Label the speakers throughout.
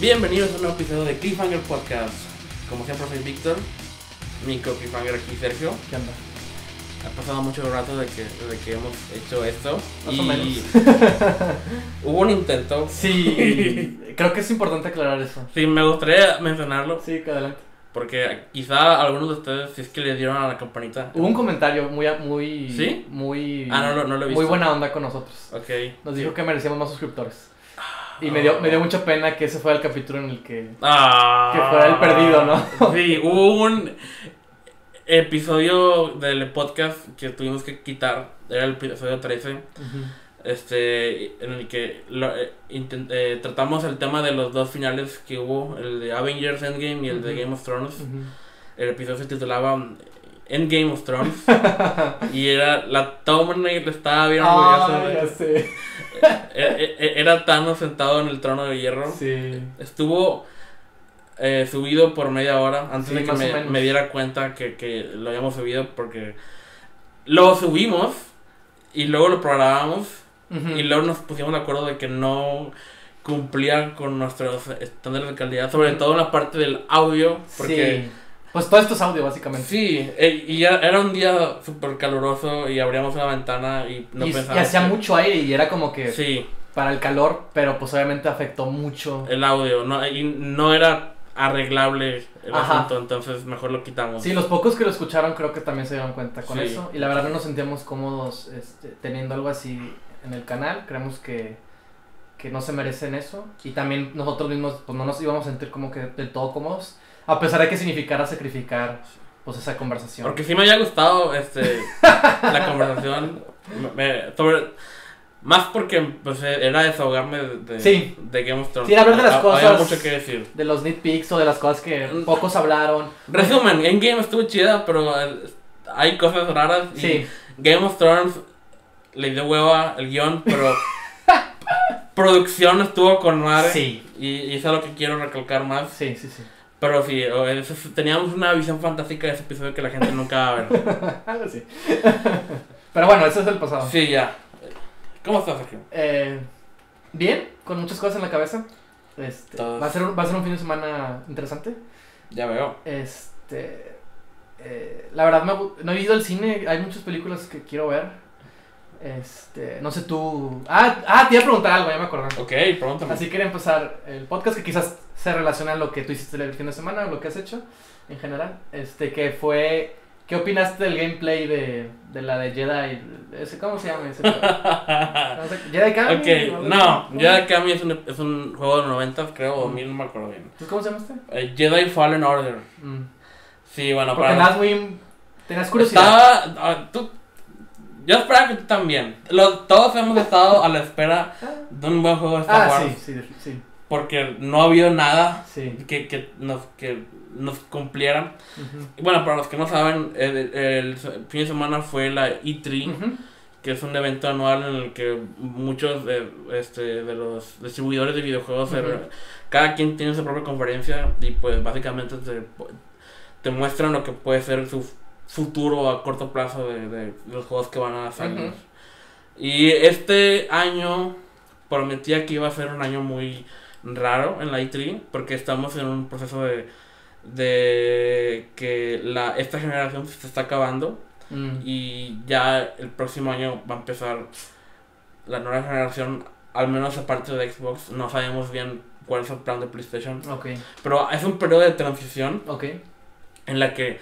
Speaker 1: Bienvenidos a un nuevo episodio de Cliffhanger Podcast. Como siempre soy Víctor, mi co-cliffhanger aquí Sergio.
Speaker 2: ¿Qué onda?
Speaker 1: Ha pasado mucho rato de que, de que hemos hecho esto.
Speaker 2: Más
Speaker 1: y
Speaker 2: o menos.
Speaker 1: Hubo un intento.
Speaker 2: Sí, creo que es importante aclarar eso.
Speaker 1: Sí, me gustaría mencionarlo.
Speaker 2: Sí, que adelante.
Speaker 1: Porque quizá algunos de ustedes, si es que le dieron a la campanita.
Speaker 2: Hubo un comentario muy, muy,
Speaker 1: ¿Sí?
Speaker 2: muy,
Speaker 1: Ah, no, no, no lo he visto.
Speaker 2: muy buena onda con nosotros.
Speaker 1: Ok.
Speaker 2: Nos dijo que merecíamos más suscriptores. Y me dio, me dio mucha pena que ese fuera el capítulo en el que...
Speaker 1: Ah.
Speaker 2: Que fuera el perdido, ¿no?
Speaker 1: Sí, hubo un episodio del podcast que tuvimos que quitar. Era el episodio 13. Este, en el que lo- eh, intent- eh, tratamos el tema de los dos finales que hubo, el de Avengers Endgame y el de
Speaker 2: Ujú.
Speaker 1: Game of Thrones.
Speaker 2: Ujú.
Speaker 1: El episodio se titulaba mm, Endgame of Thrones y era la thumbnail estaba bien orgullosa
Speaker 2: Ah,
Speaker 1: de-
Speaker 2: ya sé.
Speaker 1: Eh, eh, Era Thanos sentado en el trono de hierro.
Speaker 2: Sí.
Speaker 1: Estuvo eh, subido por media hora antes
Speaker 2: Sí,
Speaker 1: de que
Speaker 2: más o
Speaker 1: me,
Speaker 2: menos.
Speaker 1: me diera cuenta que, que lo habíamos subido porque lo subimos y luego lo programábamos
Speaker 2: Ujú.
Speaker 1: y luego nos pusimos de acuerdo de que no cumplían con nuestros estándares de calidad, sobre todo en la parte del audio, porque
Speaker 2: Sí. Pues todo esto es
Speaker 1: sí,
Speaker 2: audio, básicamente.
Speaker 1: eh, y ya era un día súper caluroso y abríamos una ventana y no
Speaker 2: y, y
Speaker 1: pensábamos.
Speaker 2: hacía
Speaker 1: que-
Speaker 2: mucho aire y era como que
Speaker 1: Sí,
Speaker 2: para el calor, pero pues obviamente afectó mucho.
Speaker 1: el audio, no, y no era arreglable el
Speaker 2: Ajá.
Speaker 1: asunto, entonces mejor lo quitamos.
Speaker 2: Sí, los pocos que lo escucharon creo que también se dieron cuenta con
Speaker 1: Sí.
Speaker 2: eso. Y la verdad no nos sentíamos cómodos este, teniendo algo así en el canal. Creemos que, que no se merecen eso. Y también nosotros mismos pues, no nos íbamos a sentir como que del todo cómodos. A pesar de que significara sacrificar pues esa conversación.
Speaker 1: Porque sí me había gustado este, la conversación. Me- me- sobre- más porque pues, era desahogarme de, de,
Speaker 2: Sí.
Speaker 1: de Game of Thrones.
Speaker 2: Sí, era hablar de las
Speaker 1: Ha- Había
Speaker 2: cosas.
Speaker 1: mucho que decir.
Speaker 2: De los nitpicks o de las cosas que
Speaker 1: Mm.
Speaker 2: pocos hablaron.
Speaker 1: Resumen, Endgame estuvo chida, pero eh, hay cosas raras. y
Speaker 2: Sí,
Speaker 1: Game of Thrones le dio hueva el guión, pero producción estuvo con madre.
Speaker 2: sí,
Speaker 1: Y, y eso es lo que quiero recalcar más.
Speaker 2: sí, sí, sí.
Speaker 1: Pero sí, o- eh, eso es- teníamos una visión fantástica de ese episodio que la gente nunca va a ver.
Speaker 2: Algo así. pero bueno, ese es el pasado.
Speaker 1: Sí, ya. ¿Cómo estás, Sergio?
Speaker 2: Eh, bien, con muchas cosas en la cabeza. Este,
Speaker 1: Todos.
Speaker 2: va, a ser un, va a ser un fin de semana interesante.
Speaker 1: Ya veo.
Speaker 2: Este, eh, la verdad, me abu- no he ido al cine. Hay muchas películas que quiero ver. Este, no sé tú. Ah, ah, te iba a preguntar algo, ya me acordé.
Speaker 1: Ok, pregúntame.
Speaker 2: Así quería empezar el podcast que quizás se relaciona a lo que tú hiciste el fin de semana, lo que has hecho en general. Este, que fue. ¿Qué opinaste del gameplay de, de la de Jedi? Ese, ¿Cómo se llama ese? No sé, ¿Jedi Academy?
Speaker 1: ok,
Speaker 2: ¿O algo
Speaker 1: no,
Speaker 2: así?
Speaker 1: ya Kami es un, es un juego de 90, creo, o 2000, no me acuerdo bien.
Speaker 2: ¿Tú cómo se llamaste?
Speaker 1: Eh, Jedi Fallen Order. Sí, bueno,
Speaker 2: Porque andabas muy. Tenías curiosidad.
Speaker 1: Estaba- ah, tú- yo esperaba que tú también. Los- todos hemos estado a la espera de un buen juego de Star
Speaker 2: Ah,
Speaker 1: Wars.
Speaker 2: sí, sí, sí.
Speaker 1: Porque no ha habido nada
Speaker 2: Sí.
Speaker 1: que, que nos, que nos cumpliera.
Speaker 2: Ujú.
Speaker 1: Y Bueno, para los que no saben, el, el fin de semana fue la E E3,
Speaker 2: Ujú.
Speaker 1: que es un evento anual en el que muchos de, este, de los distribuidores de videojuegos, se-
Speaker 2: Ujú.
Speaker 1: cada quien tiene su propia conferencia y pues básicamente te, te muestran lo que puede ser su futuro a corto plazo de, de los juegos que van a salir.
Speaker 2: Ujú.
Speaker 1: Y este año prometía que iba a ser un año muy raro en la E3 porque estamos en un proceso de, de que la, esta generación se está acabando
Speaker 2: Mm.
Speaker 1: y ya el próximo año va a empezar la nueva generación, al menos aparte de Xbox, no sabemos bien cuál es el plan de PlayStation,
Speaker 2: Ok,
Speaker 1: pero es un periodo de transición
Speaker 2: ok.
Speaker 1: en la que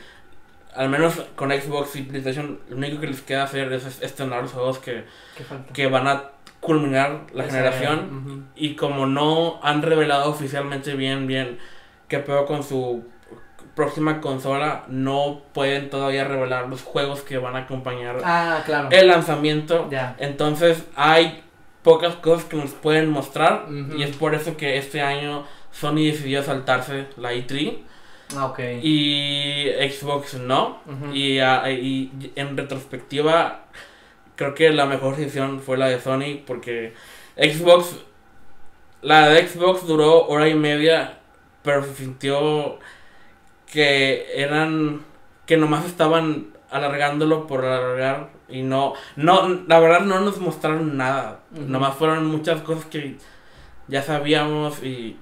Speaker 1: al menos con Xbox y PlayStation lo único que les queda hacer es es estrenar los juegos que,
Speaker 2: ¿Qué falta?
Speaker 1: que van a culminar la
Speaker 2: O sea,
Speaker 1: generación
Speaker 2: ujú.
Speaker 1: y como no han revelado oficialmente bien bien qué pedo con su próxima consola, no pueden todavía revelar los juegos que van a acompañar
Speaker 2: Ah, claro.
Speaker 1: el lanzamiento.
Speaker 2: Ya.
Speaker 1: Entonces hay pocas cosas que nos pueden mostrar
Speaker 2: Ujú.
Speaker 1: y es por eso que este año Sony decidió saltarse la E3
Speaker 2: Ah, ok.
Speaker 1: y Xbox no.
Speaker 2: Ujú.
Speaker 1: Y, ah, y en retrospectiva creo que la mejor decisión fue la de Sony porque Xbox, la de Xbox duró hora y media pero se sintió que eran que nomás estaban alargándolo por alargar y no no la verdad no nos mostraron nada
Speaker 2: Ujú.
Speaker 1: nomás fueron muchas cosas que ya sabíamos y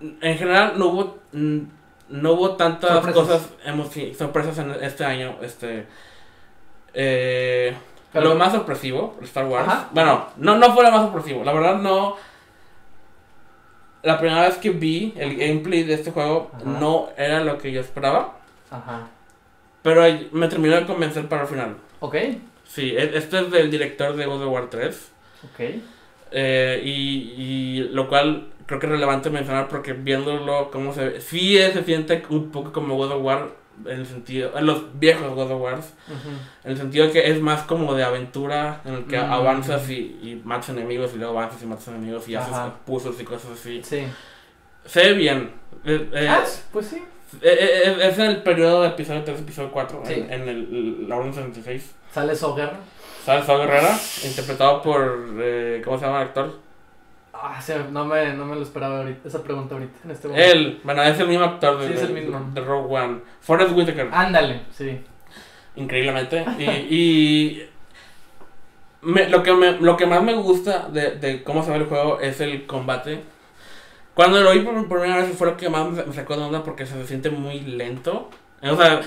Speaker 1: en general no hubo mm, no hubo tantas
Speaker 2: Sorpresas.
Speaker 1: cosas emo- sí, sorpresas en este año este eh,
Speaker 2: Claro.
Speaker 1: lo más sorpresivo Star Wars
Speaker 2: Ajá.
Speaker 1: bueno no no fue lo más sorpresivo la verdad no la primera vez que vi el gameplay de este juego
Speaker 2: Ajá.
Speaker 1: no era lo que yo esperaba
Speaker 2: Ajá.
Speaker 1: pero me terminó de convencer para el final
Speaker 2: Ok,
Speaker 1: sí e- este es del director de God of War 3
Speaker 2: ok.
Speaker 1: eh, y, y lo cual creo que es relevante mencionar porque viéndolo cómo se ve, sí eh, se siente un poco como God of War en el sentido, en los viejos God of Wars,
Speaker 2: Ujú.
Speaker 1: en el sentido que es más como de aventura, en el que
Speaker 2: Mm.
Speaker 1: avanzas y, y matas enemigos y luego avanzas y matas enemigos y haces
Speaker 2: Ajá.
Speaker 1: puzzles y cosas así.
Speaker 2: Sí.
Speaker 1: Se ve bien. Eh, eh,
Speaker 2: Ah, pues sí.
Speaker 1: eh, eh, es el periodo de episodio 3, episodio 4,
Speaker 2: Sí.
Speaker 1: en, en el, la 176.
Speaker 2: Sale Soguerra.
Speaker 1: ¿Sabes? Sao Guerrera, interpretado por. eh, ¿Cómo se llama el actor?
Speaker 2: Ah, sí, no me, no me lo esperaba ahorita, esa pregunta ahorita, en este momento.
Speaker 1: Él, bueno, es el mismo actor de,
Speaker 2: Sí, es el
Speaker 1: de-
Speaker 2: mismo. Ah.
Speaker 1: de Rogue One. Forrest Whitaker,
Speaker 2: Ándale, sí.
Speaker 1: increíblemente. Y, y me- lo, que me- lo que más me gusta de, de cómo se ve el juego es el combate. Cuando lo vi por primera vez fue lo que más me sacó de onda porque se siente muy lento. O sea,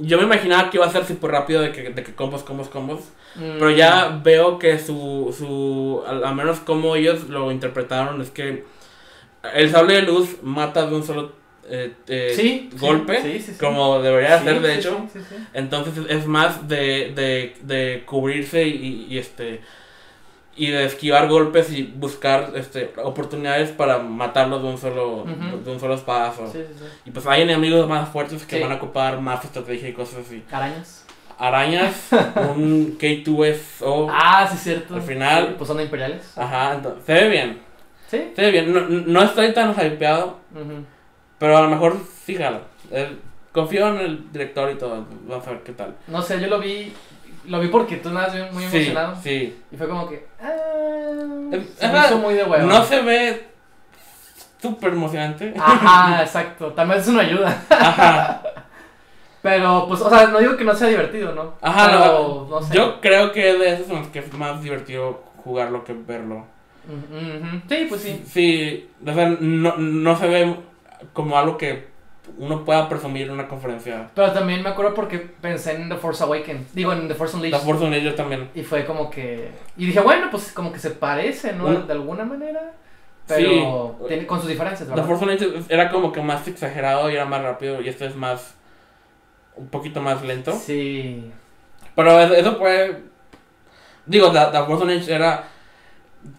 Speaker 1: yo me imaginaba que iba a ser súper rápido de que, de que combos, combos, combos. Pero
Speaker 2: Mm,
Speaker 1: ya veo que su, su al, al menos como ellos lo interpretaron, es que el sable de luz mata de un solo eh, eh,
Speaker 2: Sí, sí,
Speaker 1: golpe,
Speaker 2: sí, sí, sí.
Speaker 1: como debería
Speaker 2: Sí,
Speaker 1: ser de
Speaker 2: sí,
Speaker 1: hecho.
Speaker 2: sí, sí, sí.
Speaker 1: Entonces es más de, de, de cubrirse y, y, este y de esquivar golpes y buscar este oportunidades para matarlos de un solo
Speaker 2: Ujú.
Speaker 1: de un solo espadazo.
Speaker 2: Sí, sí, sí.
Speaker 1: Y pues hay enemigos más fuertes que
Speaker 2: Sí.
Speaker 1: van a ocupar más estrategia y cosas así.
Speaker 2: Arañas.
Speaker 1: Arañas, un K2SO
Speaker 2: Ah, sí, cierto.
Speaker 1: Al final- Ah.
Speaker 2: Sí, pues son imperiales.
Speaker 1: Ajá, entonces, se ve bien.
Speaker 2: Sí.
Speaker 1: Se ve bien. No, no estoy tan hypeado,
Speaker 2: Ujú.
Speaker 1: pero a lo mejor sí jala. Eh, confío en el director y todo. Vamos a ver qué tal.
Speaker 2: No sé, yo lo vi, lo vi porque tú nada muy
Speaker 1: sí,
Speaker 2: emocionado.
Speaker 1: Sí.
Speaker 2: Y fue como que, ah,
Speaker 1: Es-
Speaker 2: se me
Speaker 1: ajá,
Speaker 2: hizo muy de huevo.
Speaker 1: No se ve súper emocionante.
Speaker 2: Ajá, exacto. También es una ayuda.
Speaker 1: Ajá.
Speaker 2: Pero, pues, o sea, no digo que no sea divertido, ¿no?
Speaker 1: Ajá,
Speaker 2: Pero, no sé.
Speaker 1: Yo creo que es de esos en los que es más divertido jugarlo que verlo.
Speaker 2: Ujú, ujú. Sí, pues sí.
Speaker 1: Sí, o sea, no, no se ve como algo que uno pueda presumir en una conferencia.
Speaker 2: Pero también me acuerdo porque pensé en The Force Awakens. Digo, en The Force
Speaker 1: La
Speaker 2: Unleashed.
Speaker 1: Force Unleashed yo también.
Speaker 2: Y fue como que. Y dije, bueno, pues como que se parece, ¿no?
Speaker 1: Un-
Speaker 2: De alguna manera.
Speaker 1: Sí.
Speaker 2: Pero tiene- con sus diferencias,
Speaker 1: La
Speaker 2: ¿verdad?
Speaker 1: Force Unleashed era como que más exagerado y era más rápido y este es más un poquito más lento.
Speaker 2: Sí.
Speaker 1: Pero es- eso fue digo, la, la Force Unleashed era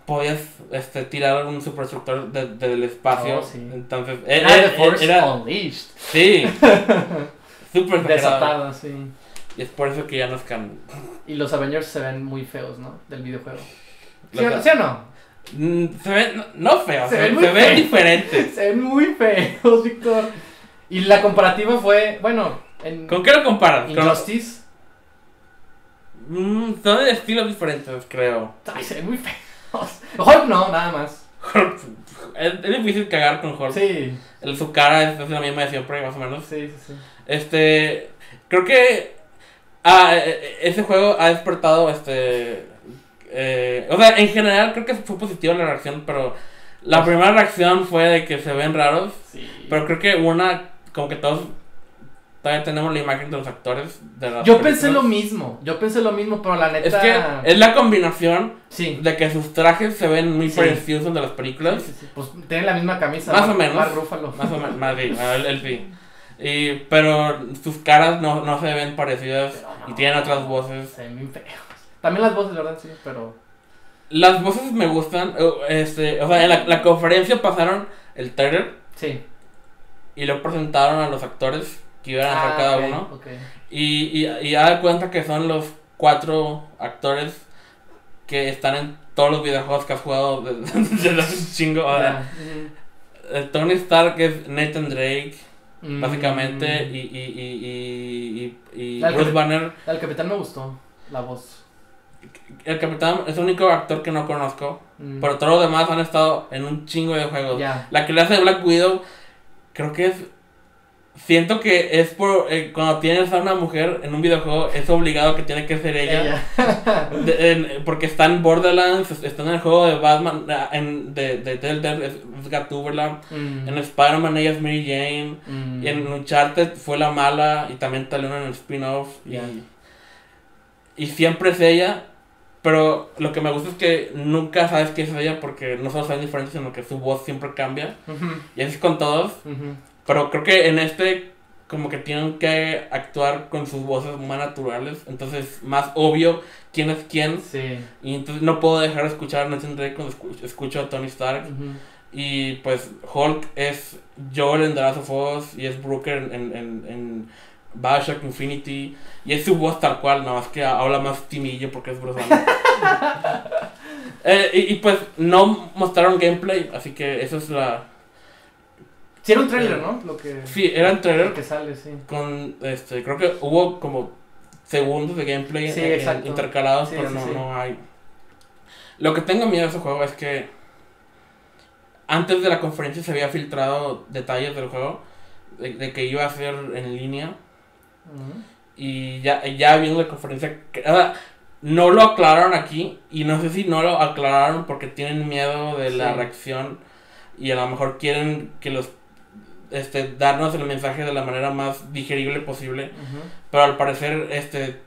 Speaker 1: podías este tirar un superstructor de- desde el espacio,
Speaker 2: Oh, sí.
Speaker 1: entonces
Speaker 2: Era
Speaker 1: era,
Speaker 2: The Force Oh.
Speaker 1: era-
Speaker 2: Unleashed.
Speaker 1: sí. Super exagerado.
Speaker 2: Desatado, sí.
Speaker 1: Y es por eso que ya no es canon.
Speaker 2: Y los Avengers se ven muy feos, ¿no? Del videojuego. ¿Sí,
Speaker 1: Los-
Speaker 2: o- sí o no?
Speaker 1: Mm, Se ven, no, no feo,
Speaker 2: Se
Speaker 1: se,
Speaker 2: ven muy
Speaker 1: se ven
Speaker 2: feos.
Speaker 1: diferentes.
Speaker 2: Se ven muy feos, Víctor. Y la comparativa fue, bueno, en
Speaker 1: ¿Con qué lo comparas? Con-
Speaker 2: Injustice.
Speaker 1: Mm, son de estilos diferentes, creo.
Speaker 2: Ay, se ven muy feos. Hulk no, nada más.
Speaker 1: es, es difícil cagar con Hulk.
Speaker 2: Sí,
Speaker 1: El- su cara es, es la misma de siempre, más o menos.
Speaker 2: sí, sí. sí.
Speaker 1: Este. Creo que. ah, e- e- ese juego ha despertado este. eh, o sea, en general creo que fue positiva la reacción, pero la primera reacción fue de que se ven raros.
Speaker 2: Sí.
Speaker 1: Pero creo que una, como que todos todavía tenemos la imagen de los actores. De las
Speaker 2: Yo pensé
Speaker 1: películas.
Speaker 2: lo mismo. Yo pensé lo mismo, pero la
Speaker 1: Es
Speaker 2: neta.
Speaker 1: que es la combinación
Speaker 2: Sí.
Speaker 1: de que sus trajes se ven muy
Speaker 2: Sí.
Speaker 1: parecidos al de las películas.
Speaker 2: Sí, sí, sí. Pues tienen la misma camisa.
Speaker 1: Más
Speaker 2: ¿no?
Speaker 1: o menos.
Speaker 2: Mark Ruffalo.
Speaker 1: Más o menos, más bien, el, el sí. Y, pero sus caras no, no se ven parecidas
Speaker 2: Pero no.
Speaker 1: y tienen otras voces.
Speaker 2: Se ven bien feos. También las voces, ¿verdad? Sí, pero.
Speaker 1: Las voces me gustan. o- Este, o sea, en la, la conferencia pasaron el trailer
Speaker 2: Sí.
Speaker 1: y lo presentaron a los actores que iban a hacer cada
Speaker 2: Ah, ok,
Speaker 1: uno.
Speaker 2: ok.
Speaker 1: Y, y, y ya da cuenta que son los cuatro actores que están en todos los videojuegos que has jugado desde desde hace un chingo. o sea,
Speaker 2: Ya.
Speaker 1: eh, Tony Stark es Nathan Drake,
Speaker 2: Mm.
Speaker 1: básicamente, y, y, y, y, y, y
Speaker 2: La
Speaker 1: Bruce
Speaker 2: que-
Speaker 1: Banner.
Speaker 2: Al capitán me gustó la voz.
Speaker 1: El capitán es el único actor que no conozco,
Speaker 2: Mm.
Speaker 1: pero todos los demás han estado en un chingo de juegos.
Speaker 2: Ya.
Speaker 1: La que le hace de Black Widow, creo que es Siento que es por eh, cuando tienes a una mujer en un videojuego, es obligado que tiene que ser ella. De- en- porque está en Borderlands, está en el juego de Batman, ah, en, de, de Telltale, es, es Gatúbela.
Speaker 2: Mm,
Speaker 1: En Spider-Man ella es Mary Jane.
Speaker 2: mm.
Speaker 1: Y en Uncharted fue la mala y también salió en el spin-off. y-
Speaker 2: Ya.
Speaker 1: Y, siempre es ella, pero lo que me gusta es que nunca sabes que es ella porque no solo saben diferentes, sino que su voz siempre cambia.
Speaker 2: Ujú,
Speaker 1: Y así es con todos.
Speaker 2: ujú.
Speaker 1: Pero creo que en este como que tienen que actuar con sus voces más naturales. Entonces es más obvio quién es quién.
Speaker 2: Sí.
Speaker 1: Y entonces no puedo dejar de escuchar Nathan Drake cuando escu- escucho a Tony Stark.
Speaker 2: ujú.
Speaker 1: Y pues Hulk es Joel en The Last of Us y es Brooker en, en, en, en Bioshock Infinity. Y es su voz tal cual, nada más que habla más timillo porque es Bruce Banner. Eh, y, y, pues no mostraron gameplay, así que eso es la...
Speaker 2: Sí, era un trailer, ¿no? Lo que,
Speaker 1: Sí, era un trailer
Speaker 2: lo que sale, sí.
Speaker 1: con este creo que hubo como segundos de gameplay
Speaker 2: Sí,
Speaker 1: en- en-
Speaker 2: exacto.
Speaker 1: intercalados
Speaker 2: Sí,
Speaker 1: pero
Speaker 2: sí,
Speaker 1: no,
Speaker 2: sí.
Speaker 1: no hay lo que tengo miedo de ese juego es que antes de la conferencia se había filtrado detalles del juego de, de que iba a ser en línea
Speaker 2: Ujú.
Speaker 1: y ya ya viendo la conferencia que- o sea, no lo aclararon aquí y no sé si no lo aclararon porque tienen miedo de la
Speaker 2: Sí.
Speaker 1: reacción y a lo mejor quieren que los este darnos el mensaje de la manera más digerible posible
Speaker 2: Ujú.
Speaker 1: pero al parecer, este.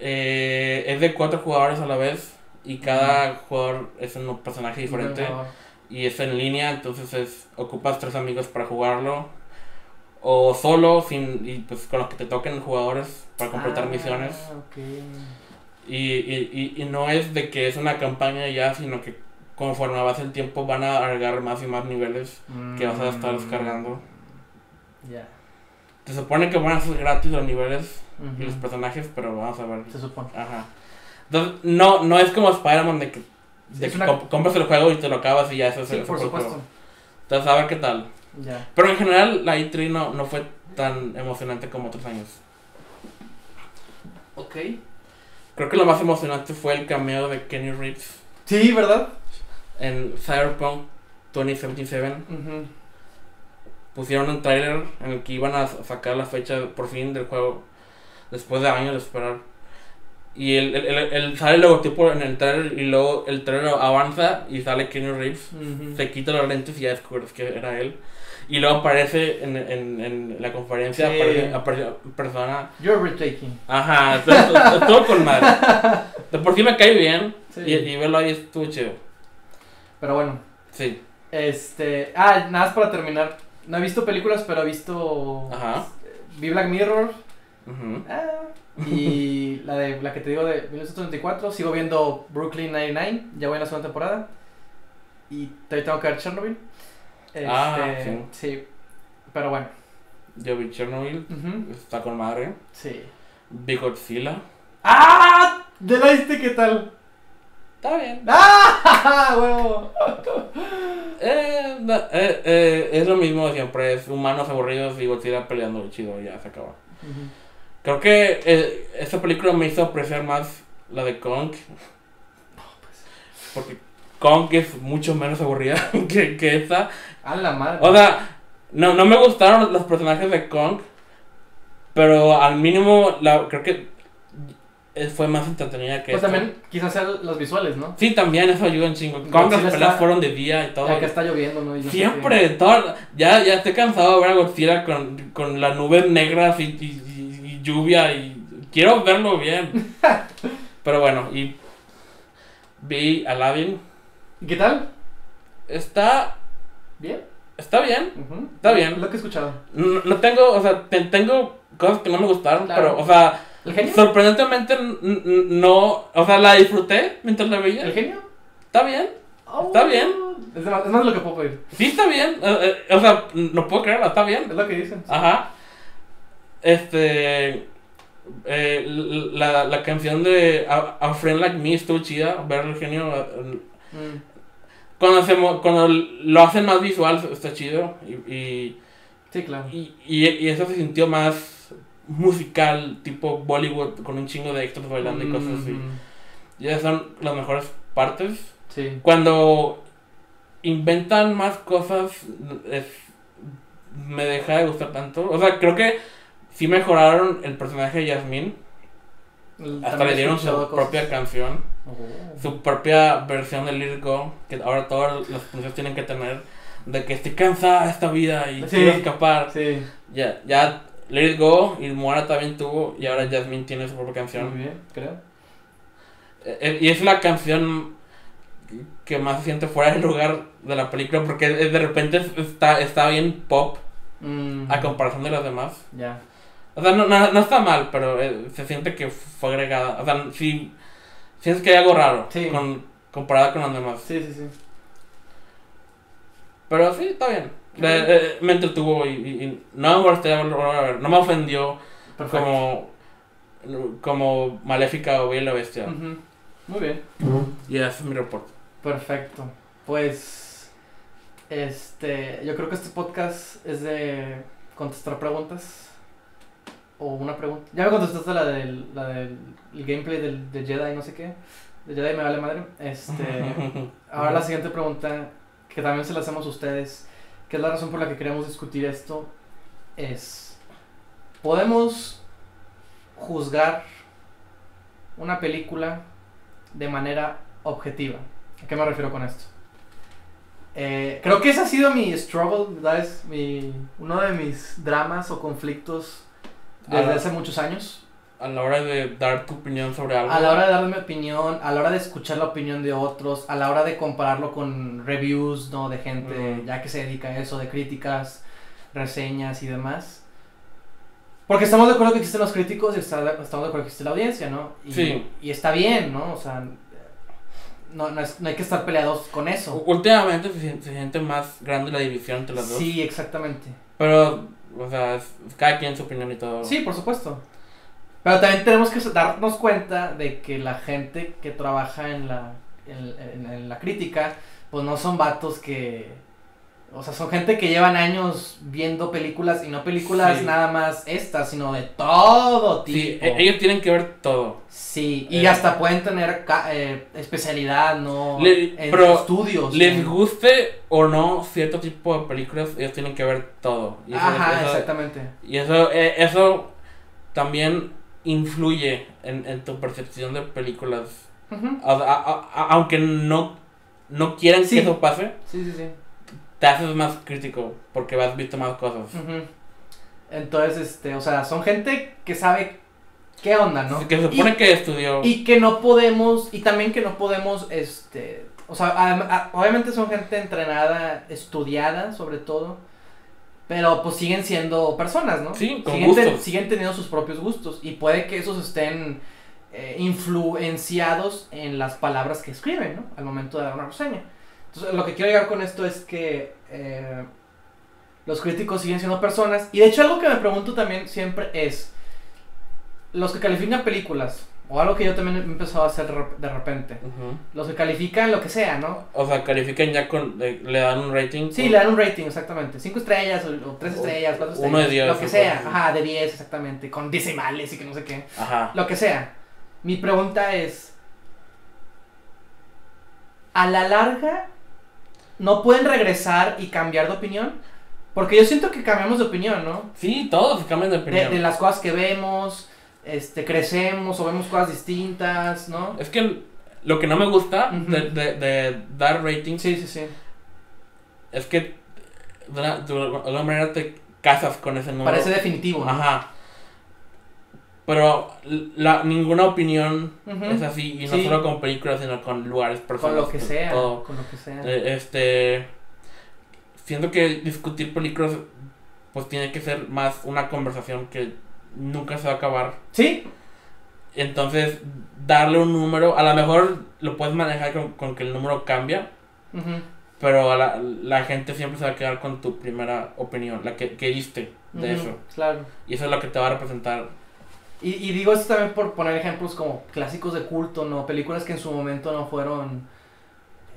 Speaker 1: eh, es de cuatro jugadores a la vez. Y cada jugador es un personaje diferente.
Speaker 2: Ujú.
Speaker 1: Y es en línea, entonces es. Ocupas tres amigos para jugarlo. O solo, sin, y pues con los que te toquen jugadores para completar
Speaker 2: Ah,
Speaker 1: misiones.
Speaker 2: ok.
Speaker 1: Y, y, y, y no es de que es una campaña ya, sino que conforme avance el tiempo van a agregar más y más niveles que vas a estar
Speaker 2: Mm,
Speaker 1: descargando.
Speaker 2: Ya.
Speaker 1: Se supone que van a ser gratis los niveles y los
Speaker 2: Ujú.
Speaker 1: personajes, pero vamos a ver.
Speaker 2: Se supone.
Speaker 1: Ajá. Entonces, no, no es como Spider-Man de que, de
Speaker 2: es
Speaker 1: que
Speaker 2: una-
Speaker 1: comp- compras el juego y te lo acabas y ya eso es
Speaker 2: Sí,
Speaker 1: eso
Speaker 2: por
Speaker 1: fue el
Speaker 2: supuesto.
Speaker 1: juego. Entonces, a ver qué tal.
Speaker 2: Ya.
Speaker 1: Pero en general, la E3 no, no fue tan emocionante como otros años.
Speaker 2: Ok.
Speaker 1: Creo que lo más emocionante fue el cameo de Kenny Reeves
Speaker 2: Sí, ¿verdad?
Speaker 1: en Cyberpunk 2077.
Speaker 2: Ujú.
Speaker 1: Pusieron un trailer en el que iban a sacar la fecha por fin del juego después de años de esperar. Y el, el, el- el- sale el logotipo en el trailer y luego el trailer avanza y sale Kenny Reeves.
Speaker 2: Ujú.
Speaker 1: se quita los lentes y ya descubres que era él. Y luego aparece en, en, en la conferencia,
Speaker 2: Sí.
Speaker 1: aparece, aparece una persona.
Speaker 2: You're breathtaking.
Speaker 1: Ajá, estuvo- estuvo estuvo con madre. De por sí me cae bien
Speaker 2: Sí.
Speaker 1: y, y verlo ahí estuvo chido.
Speaker 2: Pero bueno.
Speaker 1: Sí,
Speaker 2: Este. Ah, nada más para terminar. No he visto películas, pero he visto.
Speaker 1: ajá.
Speaker 2: Vi Black Mirror.
Speaker 1: ujú.
Speaker 2: Ah, y la de la que te digo de 1994. Sigo viendo Brooklyn 99. Ya voy en la segunda temporada. Y todavía tengo que ver Chernobyl. Este,
Speaker 1: Ah,
Speaker 2: sí. Pero bueno.
Speaker 1: Yo vi Chernobyl,
Speaker 2: Ujú,
Speaker 1: está con madre.
Speaker 2: Sí.
Speaker 1: Vi Godzilla,
Speaker 2: ¡Ah! ¿Ya la viste qué tal?
Speaker 1: está bien.
Speaker 2: ¡Ah! ¡Huevo!
Speaker 1: Eh, da- eh, eh, es lo mismo de siempre, es humanos aburridos y Godzilla peleando chido, ya se acaba. Creo que eh, esta película me hizo apreciar más la de Kong.
Speaker 2: pues.
Speaker 1: Porque Kong es mucho menos aburrida que, que esta.
Speaker 2: A la madre.
Speaker 1: O sea, no, no me gustaron los personajes de Kong. Pero al mínimo la, creo que eh, fue más entretenida que
Speaker 2: pues
Speaker 1: esta.
Speaker 2: también quizás sean los visuales, ¿no?
Speaker 1: Sí, también eso ayuda un chingo. Kong
Speaker 2: Godzilla
Speaker 1: las peleas
Speaker 2: está-
Speaker 1: fueron de día y todo.
Speaker 2: Ya que está lloviendo, ¿no? Y no sé
Speaker 1: Siempre, todo- ya, ya estoy cansado de ver a Godzilla con, con las nubes negras y, y- y- y lluvia y quiero verlo bien. Pero bueno, y vi Aladdin.
Speaker 2: qué. ¿Y qué tal?
Speaker 1: Está,
Speaker 2: ¿Bien?
Speaker 1: está bien.
Speaker 2: Ujú.
Speaker 1: Está bien.
Speaker 2: Lo que he escuchado.
Speaker 1: No, no tengo, o sea, te- tengo cosas que no me gustaron,
Speaker 2: Claro.
Speaker 1: pero, o sea,
Speaker 2: ¿El genio?
Speaker 1: sorprendentemente n- n- no, o sea, la disfruté mientras la veía.
Speaker 2: ¿El genio?
Speaker 1: Está bien.
Speaker 2: Oh,
Speaker 1: Está bien.
Speaker 2: Es más, es más de lo que puedo pedir.
Speaker 1: Sí, está bien. eh, eh, O sea, no puedo creerlo, está bien.
Speaker 2: Es lo que dicen.
Speaker 1: Ajá. Este. eh, la, la canción de A, A Friend Like Me estuvo chida. Ver el genio. eh,
Speaker 2: Mm.
Speaker 1: Cuando, se mo- cuando lo hacen más visual, está chido. Y, y,
Speaker 2: Sí, claro.
Speaker 1: y, y- y eso se sintió más musical, tipo Bollywood, con un chingo de extras bailando y cosas así.
Speaker 2: Mm,
Speaker 1: Y esas son las mejores partes
Speaker 2: Sí.
Speaker 1: cuando inventan más cosas es- me deja de gustar tanto. O sea, creo que sí mejoraron el personaje de Yasmin. Hasta le dieron su propia canción,
Speaker 2: Oh.
Speaker 1: su propia versión de Let It Go, que ahora todas las canciones tienen que tener. De que estoy cansada de esta vida y
Speaker 2: Sí.
Speaker 1: quiero escapar.
Speaker 2: Sí,
Speaker 1: Ya, ya Let It Go y Moana también tuvo y ahora Jasmine tiene su propia canción.
Speaker 2: muy bien, creo.
Speaker 1: Eh, eh, Y es la canción que más se siente fuera del lugar de la película porque es- de repente es- está, está bien pop
Speaker 2: Mm,
Speaker 1: a comparación de las demás.
Speaker 2: Ya.
Speaker 1: O sea, no, no, no está mal, pero eh, se siente que fue agregada. O sea, sí, sientes que hay algo raro
Speaker 2: Sí.
Speaker 1: con, comparada con las demás.
Speaker 2: Sí, sí, sí.
Speaker 1: Pero sí, está bien.
Speaker 2: Ok.
Speaker 1: Eh, eh, me entretuvo y, y- y no me molesté volver a ver. No me ofendió
Speaker 2: Perfecto.
Speaker 1: como como Maléfica o Bella y la Bestia.
Speaker 2: Ujú. Muy bien.
Speaker 1: Y ese es mi reporte.
Speaker 2: Perfecto. Pues. Este. Yo creo que este podcast es de contestar preguntas. O una pregunta. Ya me contestaste la del, la del el gameplay del, de Jedi, no sé qué. De Jedi me vale madre. Este. Ahora la siguiente pregunta, que también se la hacemos a ustedes, que es la razón por la que queremos discutir esto, es, ¿podemos juzgar una película de manera objetiva? ¿A qué me refiero con esto? Eh, creo que ese ha sido mi struggle, ¿verdad? Es mi, uno de mis dramas o conflictos desde
Speaker 1: Ah.
Speaker 2: hace muchos años.
Speaker 1: a la hora de dar tu opinión sobre algo.
Speaker 2: A la hora de darme opinión, a la hora de escuchar la opinión de otros, a la hora de compararlo con reviews, ¿no? De gente
Speaker 1: Ujú.
Speaker 2: ya que se dedica a eso, de críticas, reseñas y demás. Porque estamos de acuerdo que existen los críticos y está- estamos de acuerdo que existe la audiencia, ¿no? Y,
Speaker 1: Sí.
Speaker 2: y está bien, ¿no? O sea, no, no, es- no hay que estar peleados con eso.
Speaker 1: Últimamente se, sien- se siente más grande la división entre las dos.
Speaker 2: Sí, exactamente.
Speaker 1: Pero, o sea, es- cada quien su opinión y todo.
Speaker 2: Sí, por supuesto. Pero también tenemos que darnos cuenta de que la gente que trabaja en la, en, en- en la crítica, pues no son vatos que... O sea, son gente que llevan años viendo películas y no películas
Speaker 1: Sí.
Speaker 2: nada más estas, sino de todo tipo.
Speaker 1: Sí,
Speaker 2: Sí,
Speaker 1: e- ellos tienen que ver todo.
Speaker 2: y
Speaker 1: Eh.
Speaker 2: hasta pueden tener ca- eh, especialidad, ¿no?
Speaker 1: Le-
Speaker 2: en
Speaker 1: pero
Speaker 2: estudios.
Speaker 1: Les
Speaker 2: en-
Speaker 1: guste o no cierto tipo de películas, ellos tienen que ver todo. Y eso-
Speaker 2: Ajá,
Speaker 1: eso-
Speaker 2: exactamente.
Speaker 1: Y eso, eh, eso también influye en, en tu percepción de películas.
Speaker 2: Ujú.
Speaker 1: O sea, a- a- a- aunque no, no quieran
Speaker 2: Sí.
Speaker 1: que eso pase,
Speaker 2: Sí, sí, sí.
Speaker 1: te haces más crítico porque has visto más cosas.
Speaker 2: Ujú. Entonces, este, o sea, son gente que sabe qué onda, Ah, ¿no?
Speaker 1: Que se supone
Speaker 2: y,
Speaker 1: que estudió.
Speaker 2: y que no podemos, y también que no podemos, este, o sea, adem- a- obviamente son gente entrenada, estudiada sobre todo, pero pues siguen siendo personas, ¿no?
Speaker 1: Sí, con
Speaker 2: siguen, te-
Speaker 1: gustos.
Speaker 2: siguen teniendo sus propios gustos y puede que esos estén eh, influenciados en las palabras que escriben, ¿no? Al momento de dar una reseña. Entonces, lo que quiero llegar con esto es que eh, los críticos siguen siendo personas. Y de hecho, algo que me pregunto también siempre es, los que califican películas, o algo que yo también he empezado a hacer de rep- de repente,
Speaker 1: Ujú.
Speaker 2: los que califican lo que sea, ¿no?
Speaker 1: O sea, califican ya con. Le, le dan un rating.
Speaker 2: Sí, le dan un rating, exactamente. Cinco estrellas, o, o tres
Speaker 1: O-
Speaker 2: estrellas, cuatro estrellas.
Speaker 1: uno de diez,
Speaker 2: Lo que
Speaker 1: o
Speaker 2: sea.
Speaker 1: cosas así.
Speaker 2: Ajá, de 10, exactamente. Con decimales y que no sé qué.
Speaker 1: Ajá.
Speaker 2: Lo que sea. Mi pregunta es. A la larga, ¿no pueden regresar y cambiar de opinión? Porque yo siento que cambiamos de opinión, ¿no?
Speaker 1: Sí, todos cambian de
Speaker 2: De,
Speaker 1: opinión.
Speaker 2: de las cosas que vemos, este, crecemos o vemos cosas distintas, ¿no?
Speaker 1: Es que lo que no me gusta
Speaker 2: Ujú.
Speaker 1: de, de- de dar ratings
Speaker 2: Sí, sí, sí.
Speaker 1: es que de, una- de alguna manera te casas con ese número.
Speaker 2: Parece definitivo, ¿no?
Speaker 1: Ajá. Pero la, ninguna opinión
Speaker 2: Ujú.
Speaker 1: es así, y no
Speaker 2: Sí.
Speaker 1: solo con películas, sino con lugares,
Speaker 2: Con
Speaker 1: personas.
Speaker 2: lo que sea.
Speaker 1: todo.
Speaker 2: Con lo que sea.
Speaker 1: Eh, Este. Siento que discutir películas, pues tiene que ser más una conversación que nunca se va a acabar.
Speaker 2: Sí,
Speaker 1: Entonces, darle un número, a lo mejor lo puedes manejar con, con que el número cambia,
Speaker 2: Ujú,
Speaker 1: pero a la, la gente siempre se va a quedar con tu primera opinión, la que, que diste de
Speaker 2: ujú,
Speaker 1: eso.
Speaker 2: Claro.
Speaker 1: Y eso es lo que te va a representar.
Speaker 2: Y, y digo esto también por poner ejemplos como clásicos de culto, ¿no? Películas que en su momento no fueron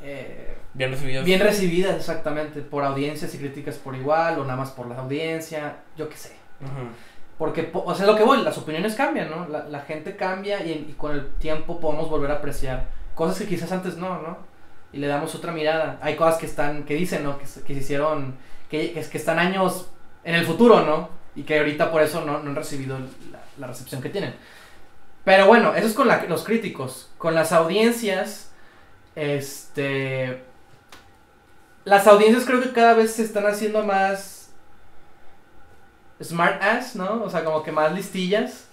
Speaker 2: eh,
Speaker 1: Bien recibido.
Speaker 2: bien recibidas exactamente por audiencias y críticas por igual, o nada más por la audiencia, yo qué sé.
Speaker 1: Ujú.
Speaker 2: Porque, po- o sea, lo que voy, las opiniones cambian, ¿no? La, la gente cambia y, y con el tiempo podemos volver a apreciar cosas que quizás antes no, ¿no? Y le damos otra mirada. Hay cosas que están, que dicen, ¿no? Que, se- que se hicieron, que, que, es- que están años en el futuro, ¿no? Y que ahorita por eso no, no han recibido la, la recepción que tienen. Pero bueno, eso es con la- los críticos. Con las audiencias, este... Las audiencias creo que cada vez se están haciendo más smart ass, ¿no? O sea, como que más listillas.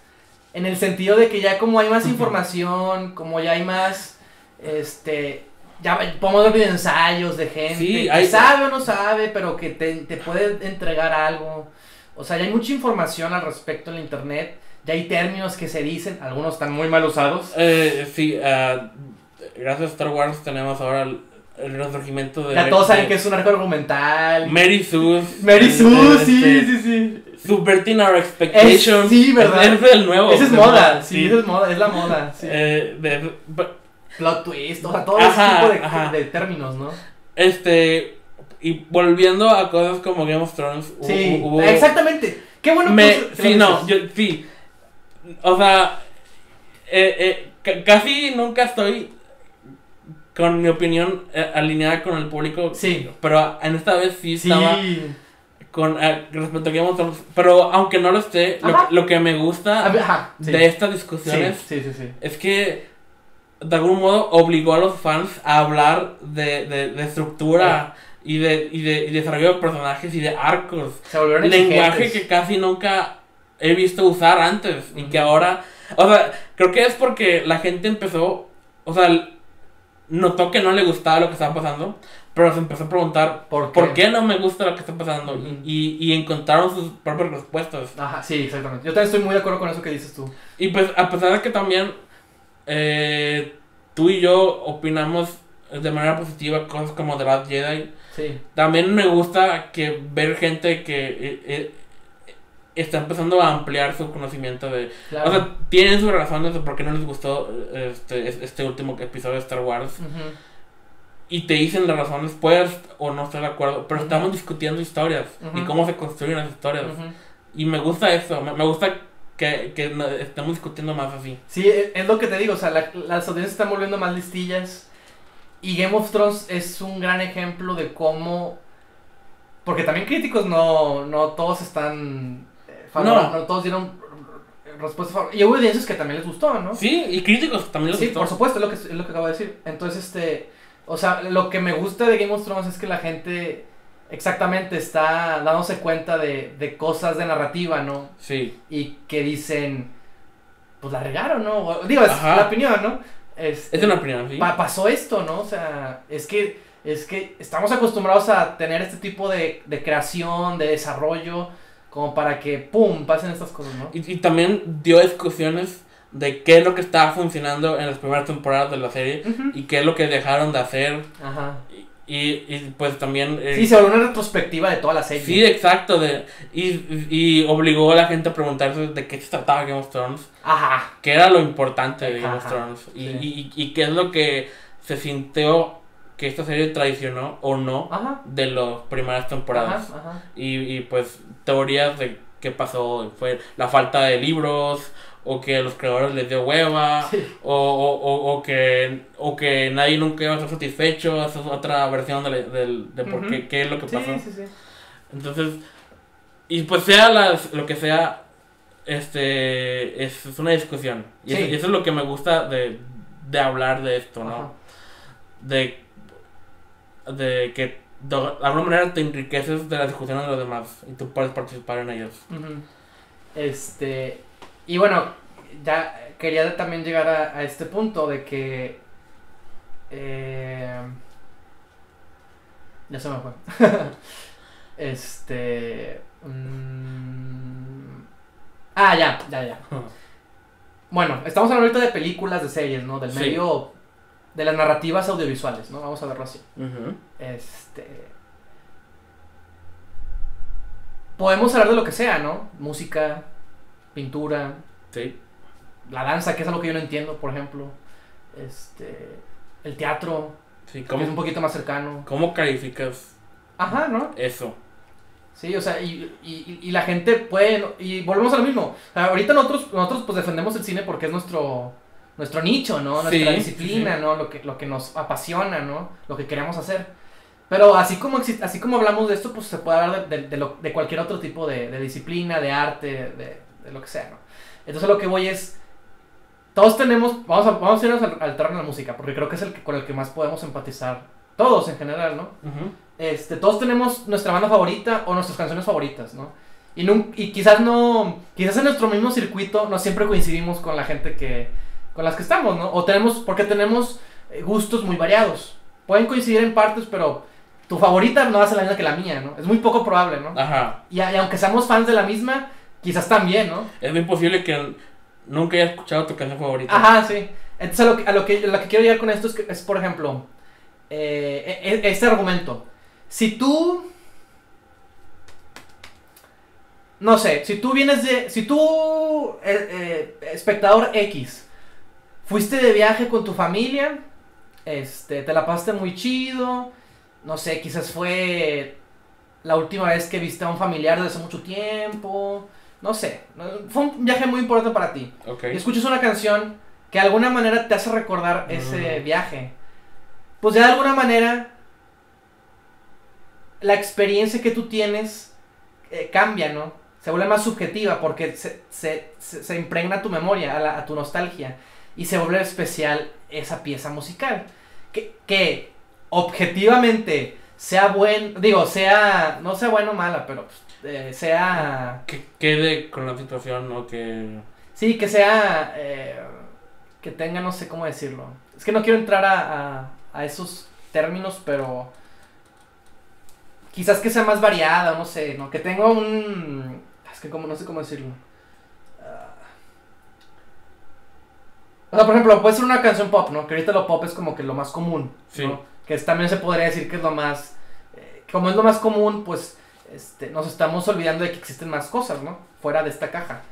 Speaker 2: En el sentido de que ya como hay más información, como ya hay más, este... Ya podemos ver videoensayos de gente
Speaker 1: Sí,
Speaker 2: que
Speaker 1: hay-
Speaker 2: sabe o no sabe, pero que te, te puede entregar algo. O sea, ya hay mucha información al respecto en la internet. Ya hay términos que se dicen, algunos están muy mal usados.
Speaker 1: Eh, sí, ah, gracias a Star Wars tenemos ahora el, el resurgimiento de.
Speaker 2: Ya todos saben
Speaker 1: de
Speaker 2: que es un arco argumental.
Speaker 1: Mary Sus.
Speaker 2: Mary Sue,
Speaker 1: Este,
Speaker 2: sí, sí, sí.
Speaker 1: Subverting Our Expectations.
Speaker 2: Es- sí, ¿verdad?
Speaker 1: Es, es el nuevo.
Speaker 2: Esa es
Speaker 1: de
Speaker 2: moda,
Speaker 1: moda,
Speaker 2: sí, esa es moda, es la moda. sí.
Speaker 1: Eh, de- but-
Speaker 2: Plot twist, o sea, todo
Speaker 1: Ajá,
Speaker 2: ese tipo
Speaker 1: ajá.
Speaker 2: de, de términos, ¿no?
Speaker 1: este. Y volviendo a cosas como Game of Thrones. hu-
Speaker 2: Sí,
Speaker 1: hu- hubo-
Speaker 2: exactamente. Qué bueno que
Speaker 1: Me-
Speaker 2: lo- que lo
Speaker 1: sí, no,
Speaker 2: dices.
Speaker 1: yo, sí. O sea, eh, eh, ca- casi nunca estoy con mi opinión eh, alineada con el público.
Speaker 2: Sí.
Speaker 1: Pero en esta vez sí
Speaker 2: Sí.
Speaker 1: estaba con eh, respecto a Game of Thrones. Pero aunque no lo esté, lo,
Speaker 2: Ajá.
Speaker 1: lo que me
Speaker 2: A
Speaker 1: gusta
Speaker 2: ver, Ajá, sí.
Speaker 1: de estas
Speaker 2: sí,
Speaker 1: discusiones
Speaker 2: sí, sí, sí.
Speaker 1: es que de algún modo obligó a los fans a hablar de, de- de estructura y, de, y de- y desarrollo de personajes y de arcos
Speaker 2: Se volvieron
Speaker 1: lenguaje
Speaker 2: exigentes.
Speaker 1: que casi nunca he visto usar antes y
Speaker 2: Ujú.
Speaker 1: que ahora, o sea, creo que es porque la gente empezó, o sea, l- notó que no le gustaba lo que estaba pasando, pero se empezó a preguntar
Speaker 2: ¿Por qué?
Speaker 1: por qué no me gusta lo que está pasando
Speaker 2: Ujú.
Speaker 1: y, y encontraron sus propias respuestas.
Speaker 2: Ajá, sí, exactamente. Yo también estoy muy de acuerdo con eso que dices tú.
Speaker 1: Y pues a pesar de que también eh, tú y yo opinamos de manera positiva cosas como The Last Jedi,
Speaker 2: Sí.
Speaker 1: También me gusta que ver gente que eh, eh, está empezando a ampliar su conocimiento de...
Speaker 2: Claro.
Speaker 1: O sea, tienen sus razones de por qué no les gustó eh, este, es- este último episodio de Star Wars.
Speaker 2: Ujú.
Speaker 1: Y te dicen las razones, puedes o no estar de acuerdo, pero estamos discutiendo historias y
Speaker 2: Ujú.
Speaker 1: cómo se construyen las historias.
Speaker 2: Ujú.
Speaker 1: Y me gusta eso, me, me gusta que, que no- estemos discutiendo más así.
Speaker 2: Sí, e- es lo que te digo, o sea, la- las audiencias están volviendo más listillas. Y Game of Thrones es un gran ejemplo de cómo... Porque también críticos no, no todos están... eh, favor-
Speaker 1: No.
Speaker 2: no todos dieron eh, respuesta favor- Y hubo audiencias que también les gustó, ¿no?
Speaker 1: Sí, y críticos también los
Speaker 2: Sí, por supuesto, es lo, que, es lo que acabo de decir. Entonces, este, o sea, lo que me gusta de Game of Thrones es que la gente exactamente está dándose cuenta de, de cosas de narrativa, ¿no?
Speaker 1: Sí,
Speaker 2: Y que dicen, pues la regaron, ¿no? O- digo, es
Speaker 1: Ajá.
Speaker 2: la opinión, ¿no? Este,
Speaker 1: es una opinión, sí.
Speaker 2: pa- pasó esto, ¿no? O sea, es que, es que estamos acostumbrados a tener este tipo de, de creación, de desarrollo, como para que, ¡pum!, pasen estas cosas, ¿no?
Speaker 1: Y, y también dio discusiones de qué es lo que estaba funcionando en las primeras temporadas de la serie
Speaker 2: Ujú.
Speaker 1: y qué es lo que dejaron de hacer.
Speaker 2: Ajá.
Speaker 1: Y, y- y, pues también... eh,
Speaker 2: Sí, se volvió una retrospectiva de toda la serie.
Speaker 1: sí, exacto. De, y, y obligó a la gente a preguntarse de qué se trataba Game of Thrones,
Speaker 2: Ajá.
Speaker 1: qué era lo importante de Game of
Speaker 2: Ajá,
Speaker 1: Thrones y,
Speaker 2: sí.
Speaker 1: y- y qué es lo que se sintió que esta serie traicionó o no
Speaker 2: Ajá.
Speaker 1: de las primeras temporadas.
Speaker 2: Ajá, ajá.
Speaker 1: Y, y, pues teorías de qué pasó, fue la falta de libros, o que los creadores les dio hueva,
Speaker 2: Sí.
Speaker 1: o, o- o- o que, o que nadie nunca iba a estar satisfecho, esa es otra versión de, la- del- de por
Speaker 2: Ujú.
Speaker 1: qué, qué es lo que
Speaker 2: Sí,
Speaker 1: pasó.
Speaker 2: sí, sí.
Speaker 1: Entonces, y pues sea las- lo que sea, este es, es una discusión. Y,
Speaker 2: Sí.
Speaker 1: eso, y eso es lo que me gusta de, de hablar de esto, ¿no?
Speaker 2: Ajá.
Speaker 1: De, de que de alguna manera te enriqueces de las discusiones de los demás y tú puedes participar en ellas.
Speaker 2: Ujú. Este. Y bueno, ya quería también llegar a, a este punto de que. eh, ya se me fue. este. mm, ah, ya, ya, ya. Bueno, estamos hablando ahorita de películas, de series, ¿no? Del
Speaker 1: Sí.
Speaker 2: medio. De las narrativas audiovisuales, ¿no? Vamos a verlo así.
Speaker 1: Ujú.
Speaker 2: Este. Podemos hablar de lo que sea, ¿no? Música, pintura,
Speaker 1: Sí.
Speaker 2: la danza, que es algo que yo no entiendo, por ejemplo. Este. El teatro,
Speaker 1: sí.
Speaker 2: que es un
Speaker 1: ¿Cómo,
Speaker 2: poquito más cercano.
Speaker 1: cómo calificas
Speaker 2: Ajá, ¿no?
Speaker 1: eso?
Speaker 2: Sí, o sea, y, y- y- y la gente puede. Y volvemos a lo mismo. O sea, ahorita nosotros, nosotros pues defendemos el cine porque es nuestro. Nuestro nicho, ¿no? Nuestra
Speaker 1: Sí,
Speaker 2: disciplina,
Speaker 1: sí,
Speaker 2: ¿no? Lo que, lo que nos apasiona, ¿no? Lo que queremos hacer. Pero así como, exist- así como hablamos de esto, pues se puede hablar de, de- de lo- de cualquier otro tipo de, de disciplina, de arte, de, de lo que sea, ¿no? Entonces lo que voy es, todos tenemos, vamos a, vamos a irnos al, al terreno de la música, porque creo que es el que- con el que más podemos empatizar, todos en general, ¿no?
Speaker 1: Ujú.
Speaker 2: este, todos tenemos nuestra banda favorita o nuestras canciones favoritas, ¿no? Y, nun- y quizás no, quizás en nuestro mismo circuito no siempre coincidimos con la gente que, con las que estamos, ¿no? O tenemos, porque tenemos eh, gustos muy variados. Pueden coincidir en partes, pero tu favorita no va a ser la misma que la mía, ¿no? Es muy poco probable,
Speaker 1: Ah.
Speaker 2: ¿no?
Speaker 1: Ajá.
Speaker 2: Y, a- y aunque seamos fans de la misma, quizás también, ¿no?
Speaker 1: Es muy posible que nunca haya escuchado tu canción favorita.
Speaker 2: Ajá, sí. Entonces, a lo que, a lo que, a lo que quiero llegar con esto es, que, es por ejemplo, eh, e- e- este argumento. Si tú. No sé, si tú vienes de. Si tú, eh, eh, espectador X, fuiste de viaje con tu familia, este, te la pasaste muy chido, no sé, quizás fue la última vez que viste a un familiar desde hace mucho tiempo, no sé, no- fue un viaje muy importante para ti
Speaker 1: Ok.
Speaker 2: y escuchas una canción que de alguna manera te hace recordar ese
Speaker 1: Mm.
Speaker 2: viaje. Pues ya de alguna manera la experiencia que tú tienes eh, cambia, ¿no? Se vuelve más subjetiva porque se, se- se- se impregna a tu memoria, a, la- a tu nostalgia. Y se vuelve especial esa pieza musical. Que, que objetivamente sea buen, digo, sea, no sea bueno o mala, pero pues, eh, sea...
Speaker 1: Que quede con la situación o que.
Speaker 2: Sí, que sea. eh, que tenga, no sé cómo decirlo. Es que no quiero entrar a, a- a esos términos, pero. Quizás que sea más variada, no sé, ¿no? Que tenga un. Es que como, no sé cómo decirlo. Ah. O sea, por ejemplo, puede ser una canción pop, ¿no? Que ahorita lo pop es como que lo más común.
Speaker 1: Sí.
Speaker 2: ¿no? Que es- también se podría decir que es lo más. eh, como es lo más común, pues este, nos estamos olvidando de que existen más cosas, ¿no? Fuera de esta caja.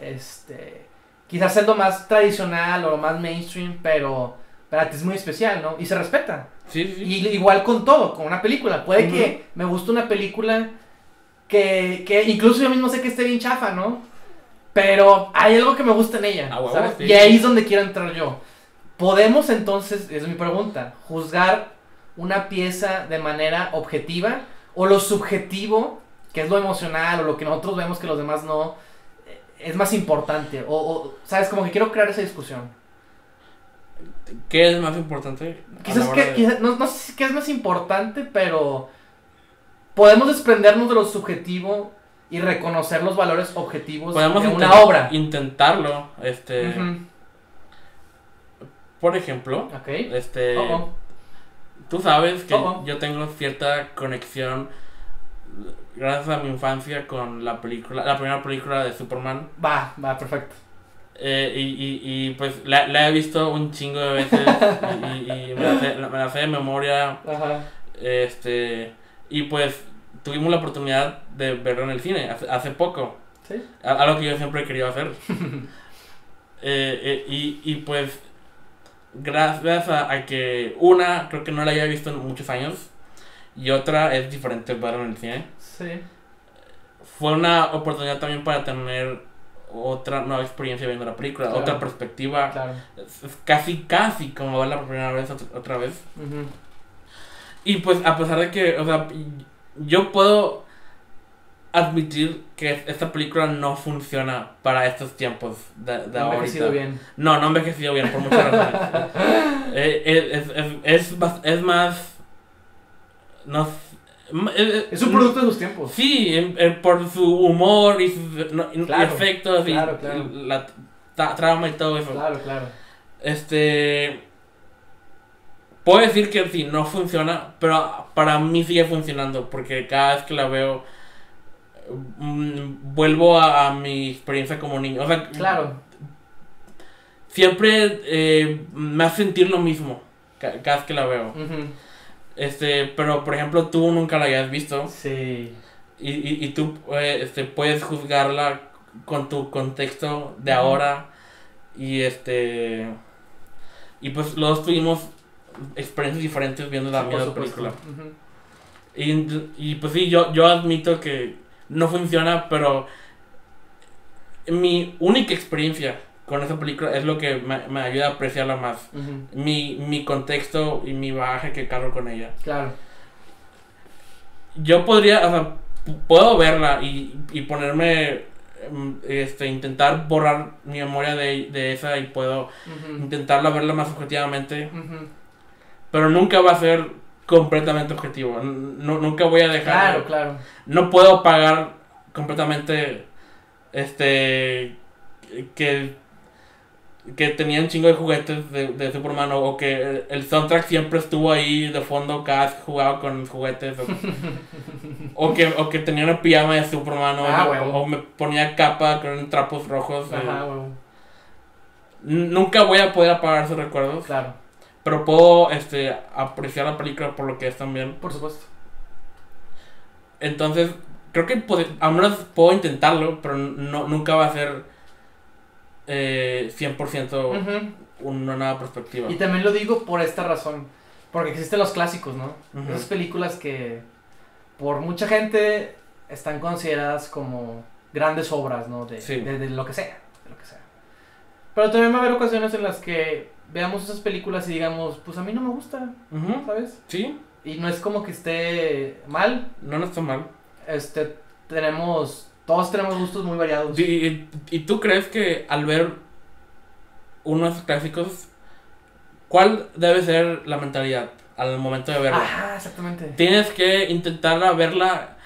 Speaker 2: Este, quizás es lo más tradicional o lo más mainstream, pero para ti es muy especial, ¿no? Y se respeta.
Speaker 1: Sí, sí, sí.
Speaker 2: Y igual con todo, con una película. Puede
Speaker 1: Ujú.
Speaker 2: que me guste una película que, que incluso yo mismo sé que esté bien chafa, ¿no? Pero hay algo que me gusta en ella.
Speaker 1: Ah, huevo,
Speaker 2: ¿sabes?
Speaker 1: sí.
Speaker 2: Y ahí es donde quiero entrar yo. ¿Podemos entonces, es mi pregunta, juzgar una pieza de manera objetiva o lo subjetivo, que es lo emocional o lo que nosotros vemos que los demás no, eh, es más importante? O, o, ¿sabes? Como que quiero crear esa discusión.
Speaker 1: ¿Qué es más importante? a
Speaker 2: Quizás
Speaker 1: la hora
Speaker 2: que,
Speaker 1: de-
Speaker 2: quizás- no, no sé si que es más importante, pero podemos desprendernos de lo subjetivo y reconocer los valores objetivos
Speaker 1: Podemos
Speaker 2: de una
Speaker 1: inten-
Speaker 2: obra.
Speaker 1: intentarlo. Este. Por ejemplo,
Speaker 2: Ujú, Ok.
Speaker 1: este.
Speaker 2: Oh,
Speaker 1: Tú sabes que
Speaker 2: Oh, oh.
Speaker 1: yo tengo cierta conexión gracias a mi infancia con la película, la primera película de Superman.
Speaker 2: oh. Va, va, perfecto.
Speaker 1: Eh, y, y, y, pues la, la he visto un chingo de veces y, y- y me, la sé, me la sé de memoria.
Speaker 2: Ajá.
Speaker 1: Este, y pues tuvimos la oportunidad de verlo en el cine hace, hace poco,
Speaker 2: Sí.
Speaker 1: a- algo que yo siempre he querido hacer. Eh, eh, y, y pues gracias a, a que una creo que no la había visto en muchos años y otra es diferente verlo en el cine.
Speaker 2: Sí.
Speaker 1: Fue una oportunidad también para tener otra nueva experiencia viendo la película,
Speaker 2: Claro.
Speaker 1: otra perspectiva.
Speaker 2: Claro.
Speaker 1: Es- es casi, casi como verla por primera vez ot- otra vez.
Speaker 2: Ujú.
Speaker 1: Y pues a pesar de que, o sea, y- yo puedo admitir que esta película no funciona para estos tiempos de, de
Speaker 2: Ha envejecido
Speaker 1: ahorita.
Speaker 2: bien.
Speaker 1: No, no ha envejecido bien por muchas razones. Eh, es, es- es- es bas- es más... No, s- m- eh, eh,
Speaker 2: Es un producto de sus tiempos.
Speaker 1: Sí, en- en- por su humor y sus no, y- y
Speaker 2: Claro,
Speaker 1: efectos y
Speaker 2: claro, claro.
Speaker 1: la ta- trama y todo eso.
Speaker 2: Claro, claro.
Speaker 1: Este. Puedo decir que sí, no funciona, pero para mí sigue funcionando, porque cada vez que la veo, mm, vuelvo a, a mi experiencia como niño. O sea,
Speaker 2: Claro.
Speaker 1: siempre eh, me hace sentir lo mismo ca- cada vez que la veo.
Speaker 2: Ujú.
Speaker 1: Este, pero por ejemplo, tú nunca la hayas visto
Speaker 2: Sí.
Speaker 1: y, y, y tú eh, este, puedes juzgarla con tu contexto de
Speaker 2: Ujú.
Speaker 1: ahora y este y pues los dos tuvimos experiencias diferentes viendo la
Speaker 2: Sí, por
Speaker 1: misma
Speaker 2: supuesto.
Speaker 1: película
Speaker 2: Ujú.
Speaker 1: y, y, pues sí yo yo admito que no funciona pero mi única experiencia con esa película es lo que me, me ayuda a apreciarla más
Speaker 2: Ujú.
Speaker 1: mi, mi contexto y mi bagaje que cargo con ella
Speaker 2: Claro.
Speaker 1: yo podría, o sea, p- puedo verla y, y ponerme, em, este, intentar borrar mi memoria de, de esa y puedo
Speaker 2: Ujú,
Speaker 1: intentarla verla más objetivamente,
Speaker 2: ujú.
Speaker 1: pero nunca va a ser completamente objetivo, n- nu- nunca voy a dejar,
Speaker 2: Claro, claro.
Speaker 1: no puedo pagar completamente, este, que... Que tenía un chingo de juguetes de, de Superman o, o que el- el soundtrack siempre estuvo ahí de fondo cada vez que jugaba con mis juguetes o O que, o que tenía una pijama de Superman, o,
Speaker 2: Ah,
Speaker 1: o-
Speaker 2: huevo.
Speaker 1: o me ponía capa con trapos rojos. eh.
Speaker 2: Ajá, huevo.
Speaker 1: N- Nunca voy a poder apagar esos recuerdos,
Speaker 2: Claro,
Speaker 1: pero puedo este, apreciar la película por lo que es también.
Speaker 2: por supuesto.
Speaker 1: Entonces, creo que pod- al menos puedo intentarlo, pero no, nunca va a ser eh, 100%
Speaker 2: Ujú.
Speaker 1: una nueva perspectiva.
Speaker 2: Y también lo digo por esta razón. Porque existen los clásicos, ¿no?
Speaker 1: Ujú.
Speaker 2: Esas películas que por mucha gente están consideradas como grandes obras, ¿no? De,
Speaker 1: Sí.
Speaker 2: de- de lo que sea. De lo que sea. Pero también va a haber ocasiones en las que veamos esas películas y digamos, pues a mí no me gusta,
Speaker 1: Ujú.
Speaker 2: ¿sabes?
Speaker 1: Sí,
Speaker 2: Y no es como que esté mal.
Speaker 1: no, no está mal.
Speaker 2: Este, tenemos, todos tenemos gustos muy variados.
Speaker 1: Sí, ¿Y, y tú crees que al ver unos clásicos, cuál debe ser la mentalidad al momento de verla?
Speaker 2: Ajá, exactamente.
Speaker 1: Tienes que intentar verla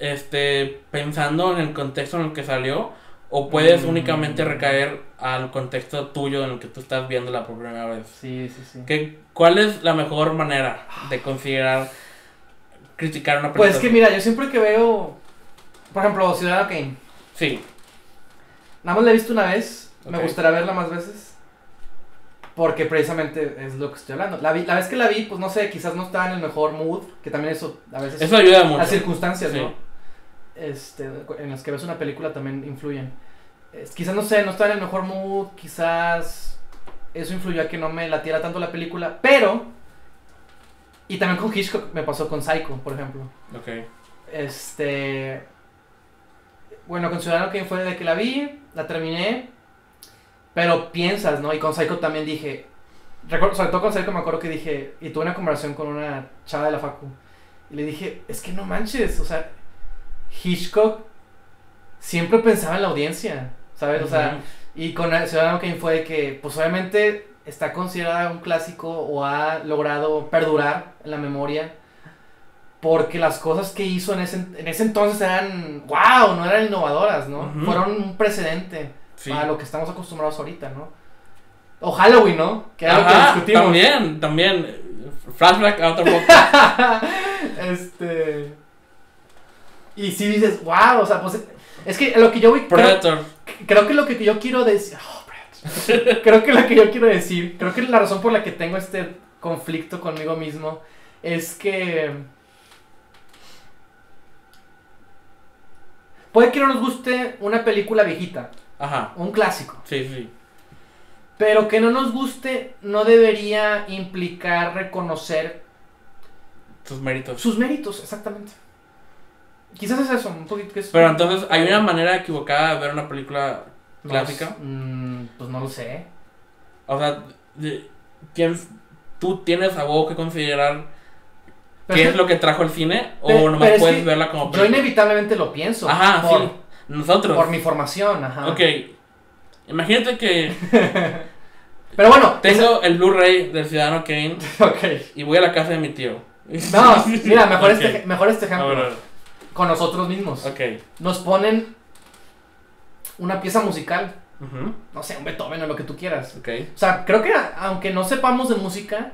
Speaker 1: este, pensando en el contexto en el que salió o puedes
Speaker 2: Mm.
Speaker 1: únicamente recaer al contexto tuyo en el que tú estás viendo la primera vez.
Speaker 2: Sí, sí, sí.
Speaker 1: ¿Qué, ¿Cuál es la mejor manera de considerar criticar una película?
Speaker 2: Pues es que mira, yo siempre que veo, por ejemplo, Ciudadano Kane,
Speaker 1: Sí,
Speaker 2: nada más la he visto una vez, me
Speaker 1: Ok.
Speaker 2: gustaría verla más veces, porque precisamente es lo que estoy hablando. La, vi- la vez que la vi, pues no sé, quizás no estaba en el mejor mood, que también eso a veces...
Speaker 1: eso ayuda mucho.
Speaker 2: las circunstancias,
Speaker 1: Sí.
Speaker 2: ¿no? Este, en las que ves una película también influyen. Es- quizás, no sé, no estaba en el mejor mood, quizás eso influyó a que no me latiera tanto la película, pero... Y también con Hitchcock me pasó con Psycho, por ejemplo.
Speaker 1: Ok.
Speaker 2: Este. Bueno, con Ciudadano Kane fue de que la vi, la terminé. Pero piensas, ¿no? Y con Psycho también dije. Recuerdo, sobre todo con Psycho me acuerdo que dije. Y tuve una conversación con una chava de la Facu. Y le dije, es que no manches, o sea. Hitchcock siempre pensaba en la audiencia, ¿sabes? O sea, y con el Ciudadano Kane fue de que, pues obviamente está considerada un clásico o ha logrado perdurar en la memoria. Porque las cosas que hizo en ese, en ese entonces eran, wow, no eran innovadoras, ¿no?
Speaker 1: Ujú.
Speaker 2: Fueron un precedente
Speaker 1: sí.
Speaker 2: para lo que estamos acostumbrados ahorita, ¿no? O Halloween, ¿no? Que era
Speaker 1: Ajá,
Speaker 2: lo que discutimos.
Speaker 1: También, también. Flashback a otro podcast.
Speaker 2: este... Y si dices, wow, o sea, pues... Es que lo que yo voy... creo-
Speaker 1: Predator.
Speaker 2: Creo que lo que yo quiero decir. creo que lo que yo quiero decir. Creo que la razón por la que tengo este conflicto conmigo mismo es que. Puede que no nos guste una película viejita,
Speaker 1: Ajá.
Speaker 2: un clásico.
Speaker 1: Sí, sí.
Speaker 2: Pero que no nos guste no debería implicar reconocer
Speaker 1: Sus méritos.
Speaker 2: sus méritos, exactamente. Quizás es eso, un poquito que es.
Speaker 1: Pero entonces, ¿hay una manera equivocada de ver una película
Speaker 2: No,
Speaker 1: clásica?
Speaker 2: mm, pues no lo sé.
Speaker 1: O sea, de- tienes- ¿tú tienes a vos que considerar
Speaker 2: Pero
Speaker 1: qué
Speaker 2: es
Speaker 1: es
Speaker 2: que-
Speaker 1: lo que trajo el cine? ¿O
Speaker 2: Pero-
Speaker 1: nomás
Speaker 2: pero es
Speaker 1: puedes
Speaker 2: que
Speaker 1: verla como
Speaker 2: Yo
Speaker 1: película?
Speaker 2: inevitablemente lo pienso.
Speaker 1: Ajá,
Speaker 2: por,
Speaker 1: sí. Nosotros.
Speaker 2: por mi formación, ajá.
Speaker 1: Ok. Imagínate que
Speaker 2: Pero bueno, esa-
Speaker 1: tengo el Blu-ray del Ciudadano Kane
Speaker 2: ok.
Speaker 1: y voy a la casa de mi tío.
Speaker 2: No, mira, mejor,
Speaker 1: Ok.
Speaker 2: este, mejor este ejemplo.
Speaker 1: Ahora,
Speaker 2: Con nosotros mismos.
Speaker 1: ok.
Speaker 2: Nos ponen una pieza musical.
Speaker 1: Ujú,
Speaker 2: No sé, un Beethoven o lo que tú quieras.
Speaker 1: Ok.
Speaker 2: O sea, creo que a- aunque no sepamos de música,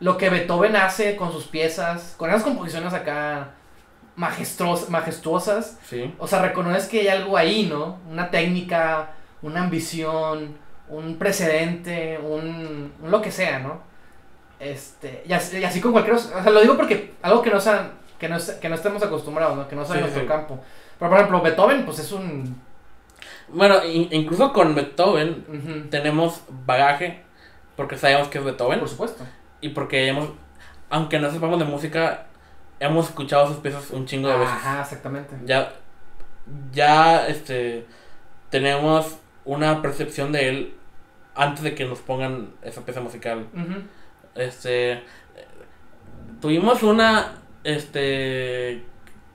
Speaker 2: lo que Beethoven hace con sus piezas, con esas composiciones acá majestuos- majestuosas,
Speaker 1: Sí.
Speaker 2: O sea, reconoces que hay algo ahí, ¿no? Una técnica, una ambición, un precedente, un, un lo que sea, ¿no? Este, y así, y así con cualquier... O sea, lo digo porque algo que no sea, que no, es- que no estemos acostumbrados, ¿no? Que no sea
Speaker 1: Sí,
Speaker 2: nuestro
Speaker 1: sí.
Speaker 2: campo. Pero, por ejemplo, Beethoven, pues es un...
Speaker 1: Bueno, in- incluso con Beethoven
Speaker 2: ujú,
Speaker 1: tenemos bagaje porque sabemos que es Beethoven
Speaker 2: por supuesto.
Speaker 1: y porque hemos, aunque no sepamos de música, hemos escuchado sus piezas un chingo de veces.
Speaker 2: Ajá, exactamente.
Speaker 1: Ya, ya, este, tenemos una percepción de él antes de que nos pongan esa pieza musical.
Speaker 2: Ujú,
Speaker 1: Este, tuvimos una este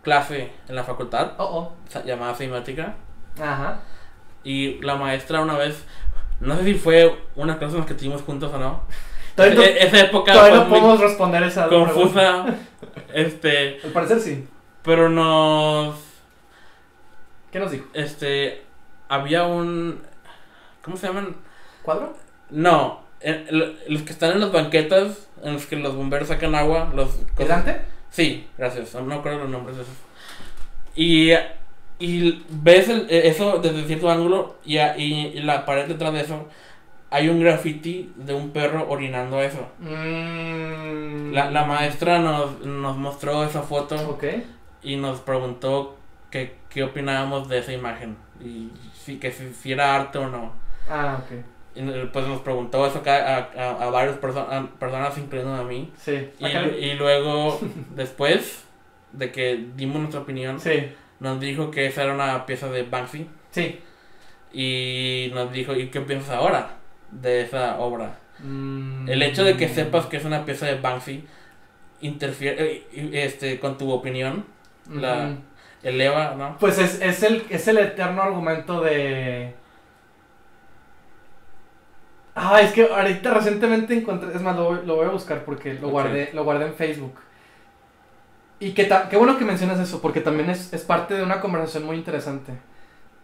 Speaker 1: clase en la facultad
Speaker 2: Oh,
Speaker 1: sa- llamada cinemática
Speaker 2: oh. Ajá.
Speaker 1: y la maestra una vez no sé si fue una clase en la que estuvimos juntos o no
Speaker 2: Todavía no,
Speaker 1: E- esa época
Speaker 2: todavía
Speaker 1: fue
Speaker 2: no
Speaker 1: muy
Speaker 2: podemos responder esa pregunta.
Speaker 1: confusa este
Speaker 2: Al parecer sí.
Speaker 1: pero nos
Speaker 2: ¿Qué nos dijo?
Speaker 1: este había un cómo se llaman
Speaker 2: ¿Cuadro?
Speaker 1: no en- lo- los que están en las banquetas en los que los bomberos sacan agua los cosas-
Speaker 2: ¿Quedante?
Speaker 1: Sí, gracias. No me acuerdo los nombres de esos. Y, y ves el- eh, eso desde cierto ángulo y, a- y- y la pared detrás de eso hay un graffiti de un perro orinando eso.
Speaker 2: Mmm.
Speaker 1: La, la maestra nos, nos mostró esa foto
Speaker 2: Ok.
Speaker 1: y nos preguntó que- qué opinábamos de esa imagen y si, que si, si era arte o no.
Speaker 2: Ah, ok.
Speaker 1: Y, eh, pues nos preguntó eso acá a, a, a varias perso- a personas, incluyendo a mí.
Speaker 2: Sí.
Speaker 1: Y,
Speaker 2: Acá-
Speaker 1: y luego, después de que dimos nuestra opinión,
Speaker 2: Sí.
Speaker 1: nos dijo que esa era una pieza de Banksy
Speaker 2: Sí.
Speaker 1: y nos dijo, ¿y qué piensas ahora de esa obra?
Speaker 2: Mm.
Speaker 1: El hecho de que sepas que es una pieza de Banksy interfiere eh, este, con tu opinión,
Speaker 2: Ujú.
Speaker 1: la- eleva, ¿no?
Speaker 2: Mm. Pues es, es, el, es el eterno argumento de. Ah, es que ahorita recientemente encontré. Es más, lo, voy- lo voy a buscar porque lo
Speaker 1: Ok.
Speaker 2: guardé, lo guardé en Facebook. Y que ta- qué bueno que mencionas eso, porque también es, es parte de una conversación muy interesante.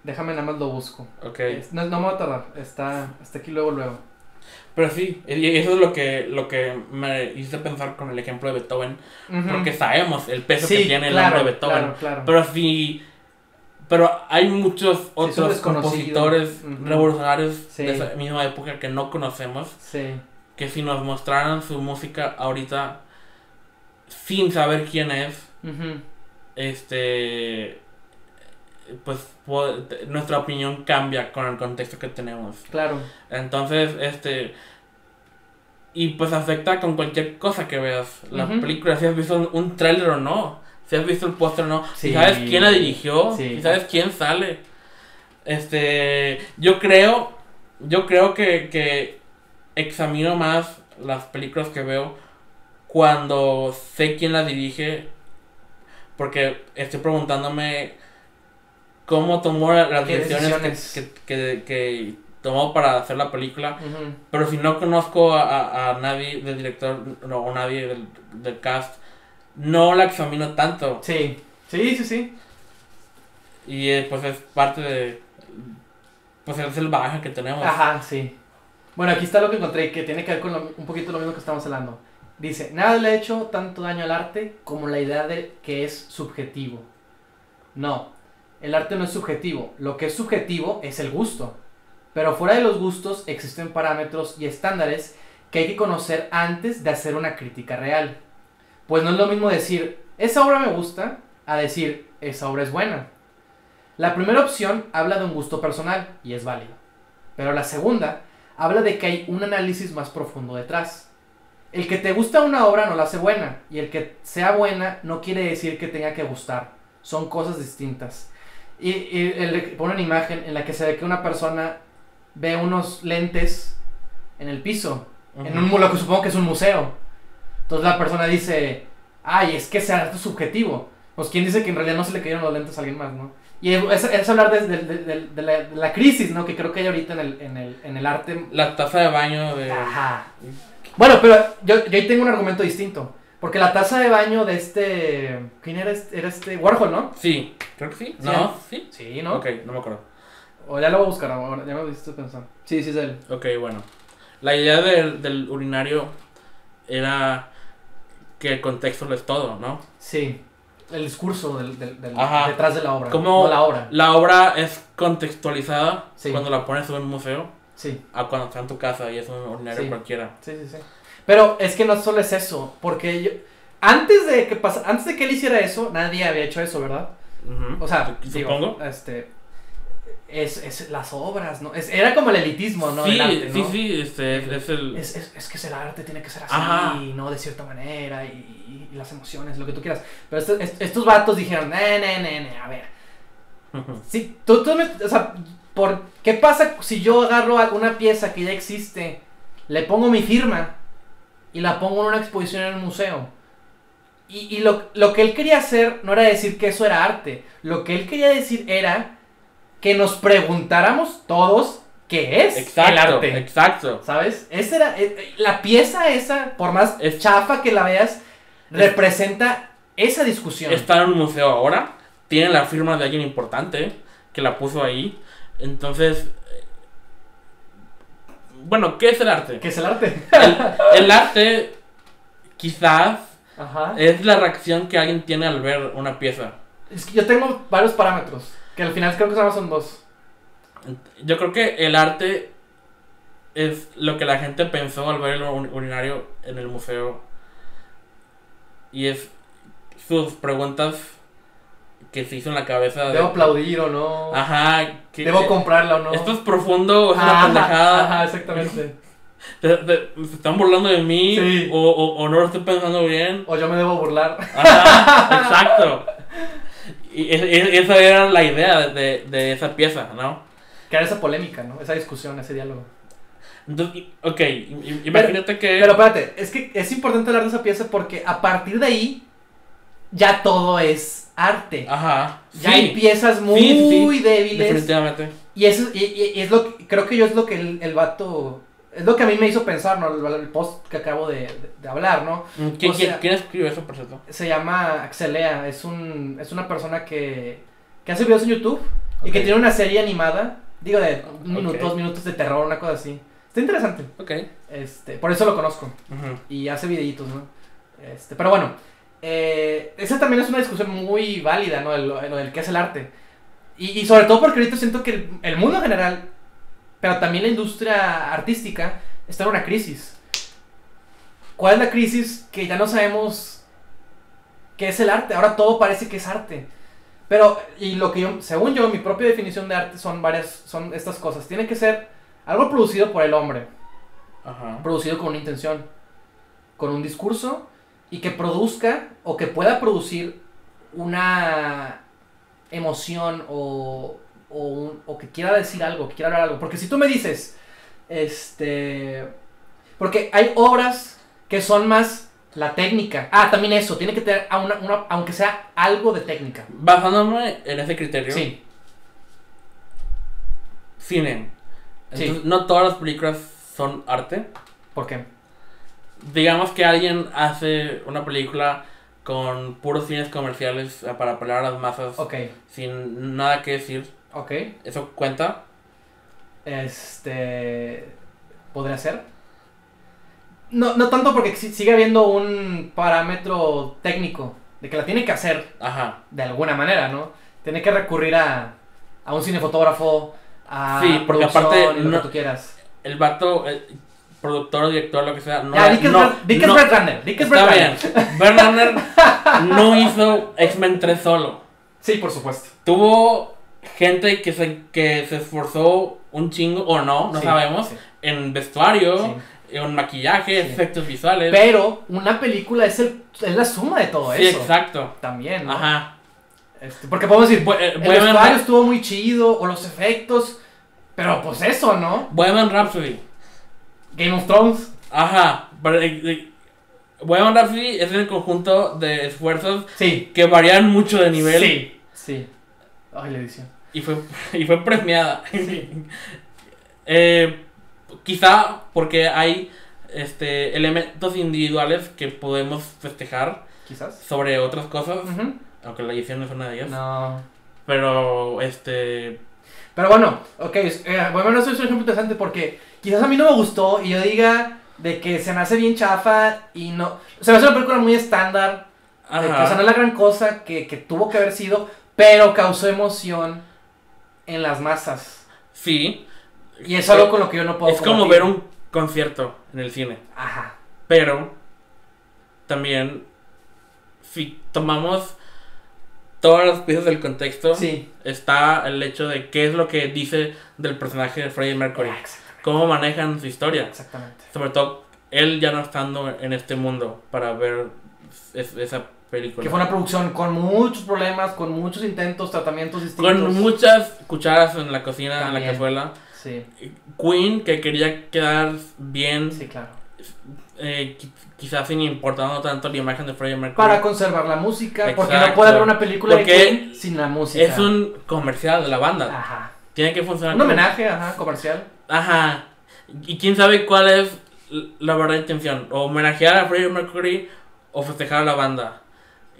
Speaker 2: Déjame nada más lo busco.
Speaker 1: Ok.
Speaker 2: Es- No, no me va a tardar, está, está aquí luego, luego.
Speaker 1: Pero sí, y eso es lo que, lo que me hizo pensar con el ejemplo de Beethoven,
Speaker 2: Ujú.
Speaker 1: porque sabemos el peso que
Speaker 2: Sí,
Speaker 1: tiene el
Speaker 2: claro,
Speaker 1: nombre de Beethoven.
Speaker 2: Claro, claro.
Speaker 1: Pero sí, pero hay muchos otros
Speaker 2: desconocido.
Speaker 1: compositores
Speaker 2: Ujú.
Speaker 1: revolucionarios
Speaker 2: Sí.
Speaker 1: de esa misma época que no conocemos.
Speaker 2: Sí,
Speaker 1: que si nos mostraran su música ahorita sin saber quién es,
Speaker 2: Ujú.
Speaker 1: este pues po- te- nuestra opinión cambia con el contexto que tenemos.
Speaker 2: claro.
Speaker 1: Entonces, este y pues afecta con cualquier cosa que veas, la
Speaker 2: Ujú.
Speaker 1: película, si has visto un tráiler o no, si has visto el póster o no, si
Speaker 2: Sí.
Speaker 1: sabes quién la dirigió,
Speaker 2: Sí.
Speaker 1: si sabes quién sale. Este, yo creo, yo creo que, que examino más las películas que veo cuando sé quién las dirige, porque estoy preguntándome cómo tomó la- las
Speaker 2: ¿Qué
Speaker 1: decisiones, que-
Speaker 2: decisiones?
Speaker 1: que, que- que tomó para hacer la película.
Speaker 2: Ujú.
Speaker 1: Pero si no conozco a, a- a nadie del director no, o nadie del, del cast, no la examino tanto.
Speaker 2: Sí, sí, sí, sí.
Speaker 1: Y eh, pues es parte de. Pues es el bagaje que tenemos.
Speaker 2: Ajá, sí. Bueno, aquí está lo que encontré que tiene que ver con lo- un poquito lo mismo que estamos hablando. Dice, nada le ha hecho tanto daño al arte como la idea de que es subjetivo. No, el arte no es subjetivo. Lo que es subjetivo es el gusto. Pero fuera de los gustos existen parámetros y estándares que hay que conocer antes de hacer una crítica real. Pues no es lo mismo decir, esa obra me gusta, a decir, esa obra es buena. La primera opción habla de un gusto personal y es válido. Pero la segunda habla de que hay un análisis más profundo detrás. El que te gusta una obra no la hace buena, y el que sea buena no quiere decir que tenga que gustar. Son cosas distintas. Y, y el- pone una imagen en la que se ve que una persona ve unos lentes en el piso,
Speaker 1: Ujú.
Speaker 2: en un mu- lo que supongo que es un museo. Entonces la persona dice, ay, es que ese arte es subjetivo. Pues quién dice que en realidad no se le cayeron los lentes a alguien más, ¿no? Y es, es hablar de, de- de- de- de la, de la crisis, ¿no? Que creo que hay ahorita en el, en el, en el arte.
Speaker 1: La taza de baño de.
Speaker 2: Ajá. Bueno, pero yo, yo ahí tengo un argumento distinto. Porque la taza de baño de este... ¿Quién era este? Era este Warhol, ¿no?
Speaker 1: Sí, creo que sí.
Speaker 2: Sí.
Speaker 1: No, sí.
Speaker 2: Sí, ¿no?
Speaker 1: Ok, no me acuerdo.
Speaker 2: O ya lo voy a buscar ahora, ya me lo hiciste pensar. Sí, sí es él.
Speaker 1: Ok, bueno. La idea del, del urinario era que el contexto lo es todo, ¿no?
Speaker 2: Sí. El discurso del, del- del-
Speaker 1: Ajá.
Speaker 2: detrás de la obra.
Speaker 1: ¿Cómo-
Speaker 2: No la obra.
Speaker 1: La obra es contextualizada
Speaker 2: Sí.
Speaker 1: cuando la pones en un museo
Speaker 2: Sí.
Speaker 1: a Ah, cuando está en tu casa y es un urinario
Speaker 2: Sí.
Speaker 1: cualquiera.
Speaker 2: Sí, sí, sí. Pero es que no solo es eso, porque yo, antes de que pas- antes de que él hiciera eso, nadie había hecho eso, ¿verdad?
Speaker 1: Ujú.
Speaker 2: O sea,
Speaker 1: Sup-
Speaker 2: digo,
Speaker 1: supongo.
Speaker 2: este es, es las obras, ¿no? Es- era como el elitismo, ¿no?
Speaker 1: sí,
Speaker 2: Del arte, ¿no?
Speaker 1: sí, sí, este, es, es el.
Speaker 2: Es, es- es que es el arte tiene que ser así,
Speaker 1: Ajá.
Speaker 2: ¿no? De cierta manera, y, y las emociones, lo que tú quieras. Pero estos, est- estos vatos dijeron, ne, ne, ne, ne, a ver,
Speaker 1: Ujú.
Speaker 2: Sí, tú, tú me- o sea, ¿por qué pasa si yo agarro a- una pieza que ya existe, le pongo mi firma y la pongo en una exposición en un museo? Y, y lo, lo que él quería hacer no era decir que eso era arte. Lo que él quería decir era que nos preguntáramos todos qué es el
Speaker 1: Exacto,
Speaker 2: arte.
Speaker 1: exacto.
Speaker 2: ¿Sabes? Esa era. eh, eh, La pieza esa, por más
Speaker 1: Es-
Speaker 2: chafa que la veas, representa esa discusión.
Speaker 1: Está en un museo ahora, tiene la firma de alguien importante que la puso ahí. Entonces, eh, bueno, ¿qué es el arte?
Speaker 2: ¿Qué es el arte?
Speaker 1: El, el arte quizás
Speaker 2: Ajá.
Speaker 1: es la reacción que alguien tiene al ver una pieza.
Speaker 2: Es que yo tengo varios parámetros. Que al final creo que nada más son dos.
Speaker 1: Yo creo que el arte es lo que la gente pensó al ver el ur- urinario en el museo. Y es sus preguntas que se hizo en la cabeza. Ah, de-
Speaker 2: ¿Debo aplaudir o no?
Speaker 1: Ajá. que-
Speaker 2: ¿Debo comprarla o no?
Speaker 1: Esto es profundo, o es una
Speaker 2: Ajá,
Speaker 1: pendejada.
Speaker 2: Ajá, exactamente.
Speaker 1: Te- te- ¿Se están burlando de mí?
Speaker 2: Sí.
Speaker 1: O, o- o no lo estoy pensando bien?
Speaker 2: O yo me debo burlar.
Speaker 1: Ajá, exacto. Y es- es- esa era la idea de, de esa pieza, ¿no?
Speaker 2: Crear esa polémica, ¿no? Esa discusión, ese diálogo.
Speaker 1: Entonces, y- ok, i- imagínate que...
Speaker 2: Pero espérate, es que es importante hablar de esa pieza porque a partir de ahí ya todo es arte.
Speaker 1: Ajá.
Speaker 2: Ya hay piezas muy
Speaker 1: Ah, Sí, sí,
Speaker 2: débiles.
Speaker 1: Definitivamente.
Speaker 2: Y eso y, y- y es lo que, creo que yo es lo que el, el vato es lo que a mí me hizo pensar, ¿no? El, el post que acabo de, de- de hablar, ¿no?
Speaker 1: Mm, ¿Quién,
Speaker 2: O
Speaker 1: quién-
Speaker 2: sea-
Speaker 1: quién escribió eso, por cierto?
Speaker 2: Se llama Axelea, es un es una persona que que hace videos en YouTube y que
Speaker 1: Ok.
Speaker 2: tiene una serie animada, digo de un minuto,
Speaker 1: Ok.
Speaker 2: dos minutos de terror, una cosa así. Está interesante.
Speaker 1: Ok.
Speaker 2: Este, por eso lo conozco.
Speaker 1: Ujú.
Speaker 2: y hace videitos, ¿no? Este, pero bueno, eh, esa también es una discusión muy válida, ¿no? El- Lo, lo del qué es el arte. Y, y sobre todo porque ahorita siento que el, el mundo en general, pero también la industria artística, está en una crisis. ¿Cuál es la crisis? Que ya no sabemos qué es el arte. Ahora todo parece que es arte. Pero, y lo que yo, según yo, mi propia definición de arte son varias, son estas cosas. Tiene que ser algo producido por el hombre
Speaker 1: Ajá.
Speaker 2: producido con una intención, con un discurso y que produzca o que pueda producir una emoción o, o, un- o que quiera decir algo, que quiera hablar algo. Porque si tú me dices, este, porque hay obras que son más la técnica. Ah, también eso, tiene que tener, a una- una- aunque sea algo de técnica.
Speaker 1: Basándome en ese criterio,
Speaker 2: Sí,
Speaker 1: cine.
Speaker 2: Sí.
Speaker 1: Entonces, no todas las películas son arte.
Speaker 2: ¿por qué?
Speaker 1: Digamos que alguien hace una película con puros cines comerciales eh, para apelar a las masas
Speaker 2: Ok,
Speaker 1: sin nada que decir.
Speaker 2: ok.
Speaker 1: ¿Eso cuenta?
Speaker 2: Este. ¿Podría ser? No, no tanto porque si- sigue habiendo un parámetro técnico de que la tiene que hacer
Speaker 1: Ajá.
Speaker 2: de alguna manera, ¿no? Tiene que recurrir a, a un cinefotógrafo, a
Speaker 1: Sí, porque
Speaker 2: producción
Speaker 1: aparte
Speaker 2: y lo
Speaker 1: no-
Speaker 2: que tú quieras.
Speaker 1: El vato, el productor, director, lo que sea, no.
Speaker 2: ya, di que es
Speaker 1: no,
Speaker 2: Brad- di que es
Speaker 1: no-
Speaker 2: Brad Runner, di que es
Speaker 1: Está
Speaker 2: Brad
Speaker 1: bien.
Speaker 2: Runner.
Speaker 1: Brad Runner no hizo X-Men 3 solo.
Speaker 2: Sí, por supuesto.
Speaker 1: Tuvo gente que se, que se esforzó un chingo o no, no
Speaker 2: Sí,
Speaker 1: sabemos,
Speaker 2: sí,
Speaker 1: en vestuario,
Speaker 2: sí.
Speaker 1: en maquillaje,
Speaker 2: Sí.
Speaker 1: efectos visuales.
Speaker 2: Pero una película es, el, es la suma de todo
Speaker 1: sí,
Speaker 2: eso.
Speaker 1: exacto.
Speaker 2: También, ¿no?
Speaker 1: Ajá.
Speaker 2: Este, porque podemos decir,
Speaker 1: Bu- eh,
Speaker 2: el
Speaker 1: Bohemian,
Speaker 2: vestuario
Speaker 1: Ra-
Speaker 2: estuvo muy chido, o los efectos, pero pues eso, ¿no?
Speaker 1: Bohemian Rhapsody.
Speaker 2: Game of Thrones.
Speaker 1: Ajá. Pero, eh, eh, Bohemian Rhapsody es el conjunto de esfuerzos
Speaker 2: Sí.
Speaker 1: que varían mucho de nivel.
Speaker 2: Sí. Sí. Ay, la edición.
Speaker 1: Y fue, y fue premiada. Eh, quizá porque hay este, elementos individuales que podemos festejar.
Speaker 2: Quizás.
Speaker 1: sobre otras cosas,
Speaker 2: Ujú.
Speaker 1: aunque la edición no es una de ellas.
Speaker 2: No.
Speaker 1: Pero, este.
Speaker 2: Pero bueno, ok. es- eh, bueno, eso es un ejemplo interesante porque quizás a mí no me gustó y yo diga de que se me hace bien chafa y no. Se me hace una película muy estándar. de Ah, que, o sea, no
Speaker 1: Ajá.
Speaker 2: es la gran cosa que, que tuvo que haber sido, pero causó emoción en las masas.
Speaker 1: Sí.
Speaker 2: Y es algo con lo que yo no puedo.
Speaker 1: Eh, Es como
Speaker 2: combatir.
Speaker 1: ver un concierto en el cine.
Speaker 2: Ajá.
Speaker 1: Pero, también, si tomamos todas las piezas del contexto,
Speaker 2: Sí.
Speaker 1: está el hecho de qué es lo que dice del personaje de Freddie Mercury.
Speaker 2: Ah, exactamente.
Speaker 1: Cómo manejan su historia.
Speaker 2: Exactamente.
Speaker 1: Sobre todo, él ya no estando en este mundo para ver es- esa película.
Speaker 2: Que fue una producción con muchos problemas, con muchos intentos, tratamientos distintos.
Speaker 1: Con muchas cucharas en la cocina, en la
Speaker 2: También.
Speaker 1: cazuela.
Speaker 2: Sí,
Speaker 1: Queen, que quería quedar bien,
Speaker 2: sí, claro.
Speaker 1: eh, qui- quizás sin importando tanto la imagen de Freddie Mercury.
Speaker 2: Para conservar la música, porque no
Speaker 1: Exacto.
Speaker 2: puede haber una película
Speaker 1: Porque
Speaker 2: de Queen sin la música.
Speaker 1: es un comercial de la banda.
Speaker 2: Ajá.
Speaker 1: Tiene que funcionar.
Speaker 2: Un
Speaker 1: como-
Speaker 2: homenaje, ajá, comercial.
Speaker 1: Ajá. Y quién sabe cuál es l- la verdadera intención. O homenajear a Freddie Mercury o festejar a la banda.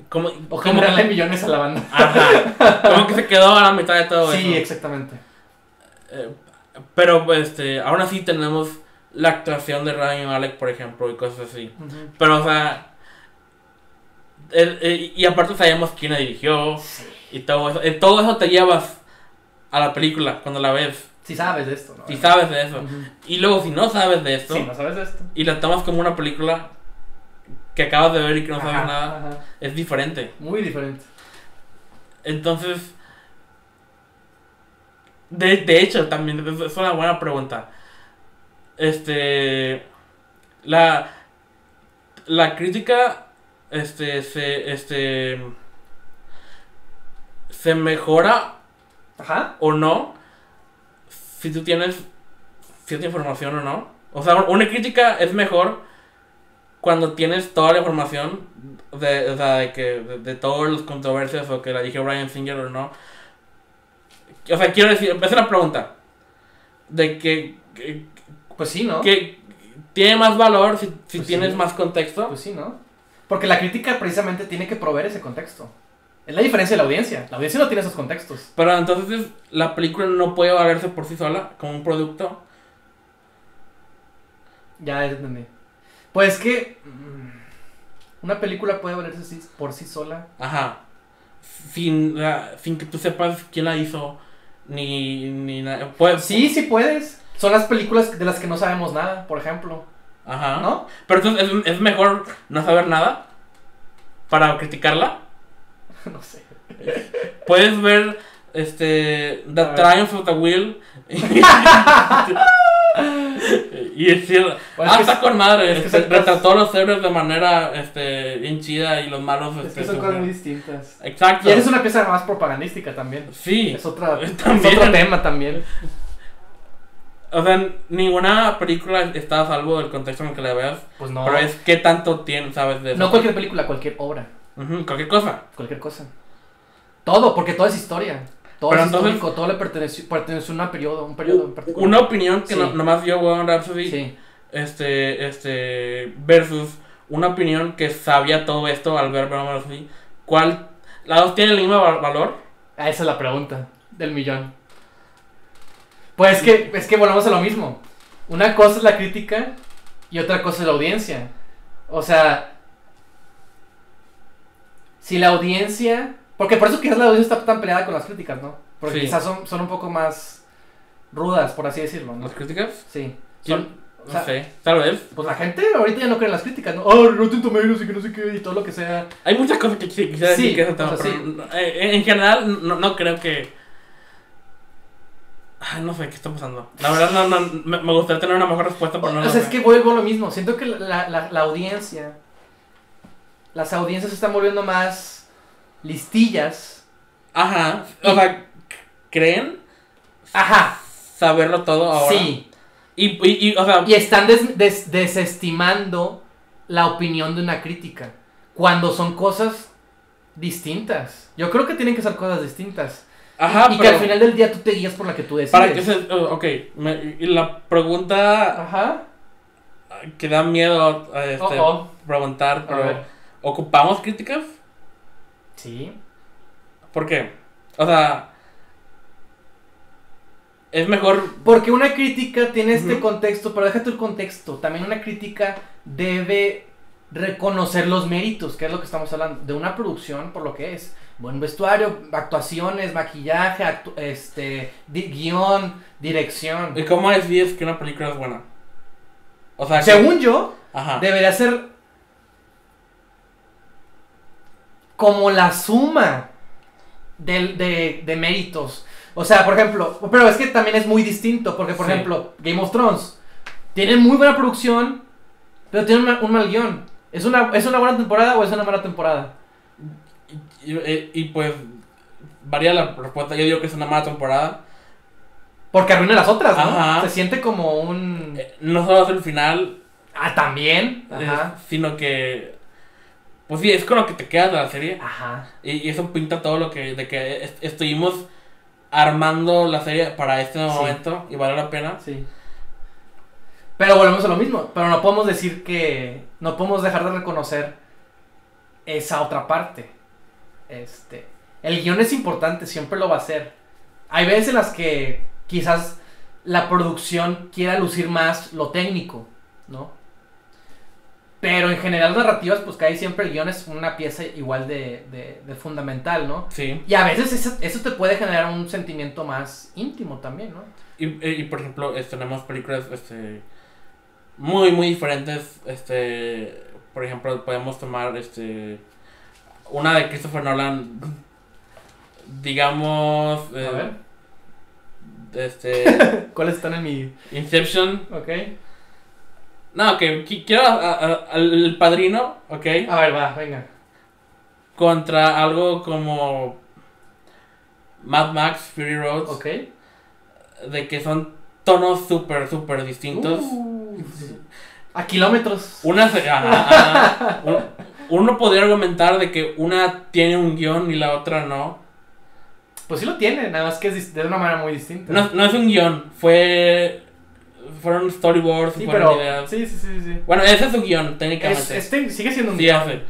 Speaker 1: Como,
Speaker 2: O
Speaker 1: como-
Speaker 2: generarle millones a la banda.
Speaker 1: Ajá. Como que se quedó a la mitad de todo
Speaker 2: Sí,
Speaker 1: eso.
Speaker 2: exactamente.
Speaker 1: Eh, pero pues, este, aún así tenemos la actuación de Rami Malek, por ejemplo, y cosas así.
Speaker 2: Ujú.
Speaker 1: Pero, o sea. el- el- y aparte sabemos quién la dirigió y todo eso. Eh, todo eso te llevas a la película cuando la ves.
Speaker 2: Si sabes de esto, ¿no?
Speaker 1: Si sabes de eso.
Speaker 2: Ujú.
Speaker 1: Y luego, si no sabes de esto,
Speaker 2: Sí, no sabes de esto.
Speaker 1: y la tomas como una película que acabas de ver y que no sabes
Speaker 2: Ajá,
Speaker 1: nada,
Speaker 2: ajá.
Speaker 1: es diferente.
Speaker 2: Muy diferente.
Speaker 1: Entonces, de, de hecho, también es- es una buena pregunta. Este, la, la crítica, este, se, este, se mejora
Speaker 2: Ajá.
Speaker 1: o no si tú tienes cierta información o no. O sea, una crítica es mejor cuando tienes toda la información de, o sea, de que de, de todas las controversias o que la dije Brian Singer o no. O sea, quiero decir, esa es la pregunta. De que, que,
Speaker 2: Pues sí, ¿no?
Speaker 1: que tiene más valor si, si
Speaker 2: Pues
Speaker 1: tienes
Speaker 2: sí.
Speaker 1: más contexto.
Speaker 2: Pues sí, ¿no? Porque la crítica precisamente tiene que proveer ese contexto. Es la diferencia de la audiencia. La audiencia no tiene esos contextos.
Speaker 1: Pero entonces la película no puede valerse por sí sola como un producto.
Speaker 2: Ya entendí. Pues es que. mm, Una película puede valerse sí- por sí sola.
Speaker 1: Ajá. Sin, la- sin que tú sepas quién la hizo, ni, ni nada. Pues,
Speaker 2: Ah, Sí, sí puedes. Son las películas de las que no sabemos nada, por ejemplo.
Speaker 1: Ajá.
Speaker 2: ¿No?
Speaker 1: Pero entonces, ¿es, es mejor no saber nada para criticarla.
Speaker 2: no sé.
Speaker 1: Puedes ver este The
Speaker 2: A ver.
Speaker 1: Triumph of the Will y, y decir,
Speaker 2: Bueno,
Speaker 1: ah,
Speaker 2: Pues es que
Speaker 1: está con madre.
Speaker 2: es que
Speaker 1: este,
Speaker 2: son cosas-
Speaker 1: retrató a los héroes de manera este, bien chida y los malos.
Speaker 2: Es
Speaker 1: este,
Speaker 2: que son
Speaker 1: sufren".
Speaker 2: cosas muy distintas.
Speaker 1: Exacto.
Speaker 2: Y eres una pieza más propagandística también.
Speaker 1: Sí.
Speaker 2: Es, otra, es
Speaker 1: También.
Speaker 2: otro tema también.
Speaker 1: O sea, ninguna película está a salvo del contexto en el que la veas.
Speaker 2: Pues no.
Speaker 1: Pero es qué tanto tienes, sabes de eso.
Speaker 2: No cualquier película, cualquier obra.
Speaker 1: Ujú, cualquier cosa.
Speaker 2: cualquier cosa. Todo, porque todo es historia. Todo
Speaker 1: Pero
Speaker 2: es
Speaker 1: entonces-
Speaker 2: histórico, todo le perteneció, perteneció a una periodo, un periodo en particular.
Speaker 1: Una opinión que
Speaker 2: Sí.
Speaker 1: no- nomás yo, Weón Rhapsody,
Speaker 2: Sí,
Speaker 1: este, este, versus una opinión que sabía todo esto al ver Weón Rhapsody. ¿Cuál? ¿Las dos tienen el mismo val- valor?
Speaker 2: Ah, esa es la pregunta del millón. Pues es que, es que volvemos a lo mismo. Una cosa es la crítica y otra cosa es la audiencia. O sea, si la audiencia... Porque por eso quizás la audiencia está tan peleada con las críticas, ¿no? Porque
Speaker 1: Sí.
Speaker 2: quizás son, son un poco más rudas, por así decirlo, ¿no?
Speaker 1: ¿Las críticas?
Speaker 2: Sí.
Speaker 1: Yo-
Speaker 2: Son- o
Speaker 1: No
Speaker 2: sea,
Speaker 1: sé, tal vez.
Speaker 2: Pues la gente ahorita ya no cree en las críticas, ¿no? Oh, no Rotten Tomatoes y que no sé qué y todo lo que sea.
Speaker 1: Hay muchas cosas que quise- quisiera
Speaker 2: Sí,
Speaker 1: decir que eso
Speaker 2: o
Speaker 1: tema,
Speaker 2: sea,
Speaker 1: pero
Speaker 2: sí.
Speaker 1: no- eh, en general no, no creo que... Ay, no sé qué está pasando. La verdad, no, no, me, me gustaría tener una mejor respuesta, pero no
Speaker 2: o
Speaker 1: lo
Speaker 2: sea, es
Speaker 1: sé.
Speaker 2: que vuelvo a lo mismo. Siento que la, la- la audiencia, las audiencias se están volviendo más listillas.
Speaker 1: Ajá. O sea, ¿creen
Speaker 2: Ajá,
Speaker 1: saberlo todo ahora?
Speaker 2: sí.
Speaker 1: Y, y, y, o sea,
Speaker 2: Y están des- des- desestimando la opinión de una crítica. Cuando son cosas distintas. Yo creo que tienen que ser cosas distintas.
Speaker 1: ajá,
Speaker 2: y que
Speaker 1: Ah, pero
Speaker 2: al final del día tú te guías por la que tú decides.
Speaker 1: para que se, oh, ok, me- y la pregunta
Speaker 2: Ajá.
Speaker 1: que da miedo a este,
Speaker 2: Oh,
Speaker 1: preguntar,
Speaker 2: oh. A
Speaker 1: pero
Speaker 2: ver.
Speaker 1: ¿ocupamos críticas?
Speaker 2: Sí.
Speaker 1: ¿Por qué? O sea, es mejor,
Speaker 2: Porque una crítica tiene este
Speaker 1: Ujú.
Speaker 2: contexto, pero déjate el contexto. También una crítica debe reconocer los méritos, que es lo que estamos hablando, de una producción por lo que es. Buen vestuario, actuaciones, maquillaje, actu- este, di- guión, dirección.
Speaker 1: ¿y cómo decides que una película es buena? O sea, que-
Speaker 2: Según yo,
Speaker 1: ajá,
Speaker 2: debería ser como la suma del- de, de méritos. O sea, por ejemplo, pero es que también es muy distinto, porque por
Speaker 1: Sí.
Speaker 2: ejemplo, Game of Thrones tiene muy buena producción, pero tiene una- un mal guión. ¿Es una, ¿Es una buena temporada o es una mala temporada?
Speaker 1: y, y- y, pues varía la respuesta, yo digo que es una mala temporada,
Speaker 2: Porque arruina las otras, ¿no?
Speaker 1: Ajá.
Speaker 2: Se siente como un...
Speaker 1: Eh, no solo es el final,
Speaker 2: Ah, también. Ajá.
Speaker 1: Es- sino que. Pues sí, es con lo que te quedas de la serie.
Speaker 2: Ajá.
Speaker 1: Y, y eso pinta todo lo que. de que est- estuvimos armando la serie para este momento y vale la pena.
Speaker 2: Sí. Pero volvemos a lo mismo. Pero no podemos decir que. No podemos dejar de reconocer esa otra parte. Este. El guión es importante, siempre lo va a ser. Hay veces en las que quizás la producción quiera lucir más lo técnico, ¿no? Pero en general narrativas, pues que hay siempre el guión es una pieza igual de, de- de fundamental, ¿no?
Speaker 1: Sí.
Speaker 2: Y a veces eso, eso te puede generar un sentimiento más íntimo también, ¿no?
Speaker 1: Y, y, por ejemplo, este, tenemos películas este, muy, muy diferentes. Este, por ejemplo, podemos tomar este, una de Christopher Nolan, digamos,
Speaker 2: A
Speaker 1: eh,
Speaker 2: ver.
Speaker 1: este,
Speaker 2: ¿Cuáles están en mi
Speaker 1: Inception.
Speaker 2: Ok.
Speaker 1: No, que qui- quiero a- a- al padrino, ¿ok?
Speaker 2: A ver, va, venga.
Speaker 1: Contra algo como Mad Max, Fury Road,
Speaker 2: Ok.
Speaker 1: de que son tonos súper, súper distintos.
Speaker 2: Uh, a kilómetros.
Speaker 1: Una se- ajá, ajá. Un- uno podría argumentar de que una tiene un guión y la otra no.
Speaker 2: Pues sí lo tiene, nada más que es dis- de una manera muy distinta.
Speaker 1: No, no es un guión, fue fueron storyboards,
Speaker 2: sí,
Speaker 1: fueron
Speaker 2: pero.
Speaker 1: ideas.
Speaker 2: Sí, sí, sí, sí.
Speaker 1: Bueno, ese es su guión
Speaker 2: Es-
Speaker 1: técnicamente.
Speaker 2: este sigue siendo un
Speaker 1: Sí,
Speaker 2: guión.
Speaker 1: hace.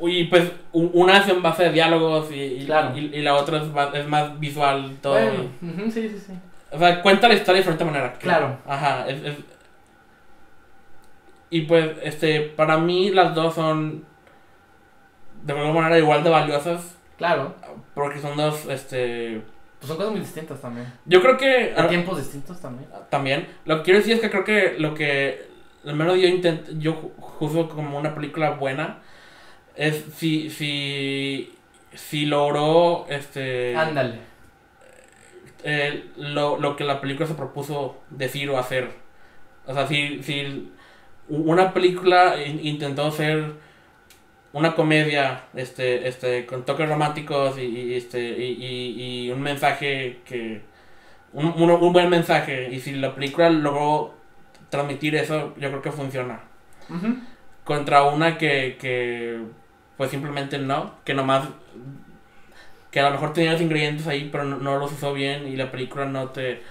Speaker 1: Y pues u- una es en base de diálogos y, y-
Speaker 2: Claro.
Speaker 1: y- y la otra es más, es más visual todo.
Speaker 2: Bueno, ujú, sí, sí, sí.
Speaker 1: O sea, cuenta la historia de diferente manera.
Speaker 2: Claro.
Speaker 1: Ajá, es- es- Y pues, este, para mí las dos son de alguna manera igual de valiosas,
Speaker 2: Claro.
Speaker 1: porque son dos, este...
Speaker 2: Pues son cosas muy distintas también.
Speaker 1: Yo creo que...
Speaker 2: A tiempos distintos también.
Speaker 1: También, lo que quiero decir es que creo que lo que, al menos yo intento, yo ju- juzgo como una película buena, es si, si, si logró, este...
Speaker 2: Ándale.
Speaker 1: eh, lo, lo que la película se propuso decir o hacer. O sea, si, si una película in- intentó ser una comedia este, este, con toques románticos y, y, este, y, y- y un mensaje que... Un, un- un buen mensaje. Y si la película logró transmitir eso, yo creo que funciona.
Speaker 2: Ujú.
Speaker 1: Contra una que, que pues simplemente no, que nomás que a lo mejor tenía los ingredientes ahí pero no, no los usó bien y la película no te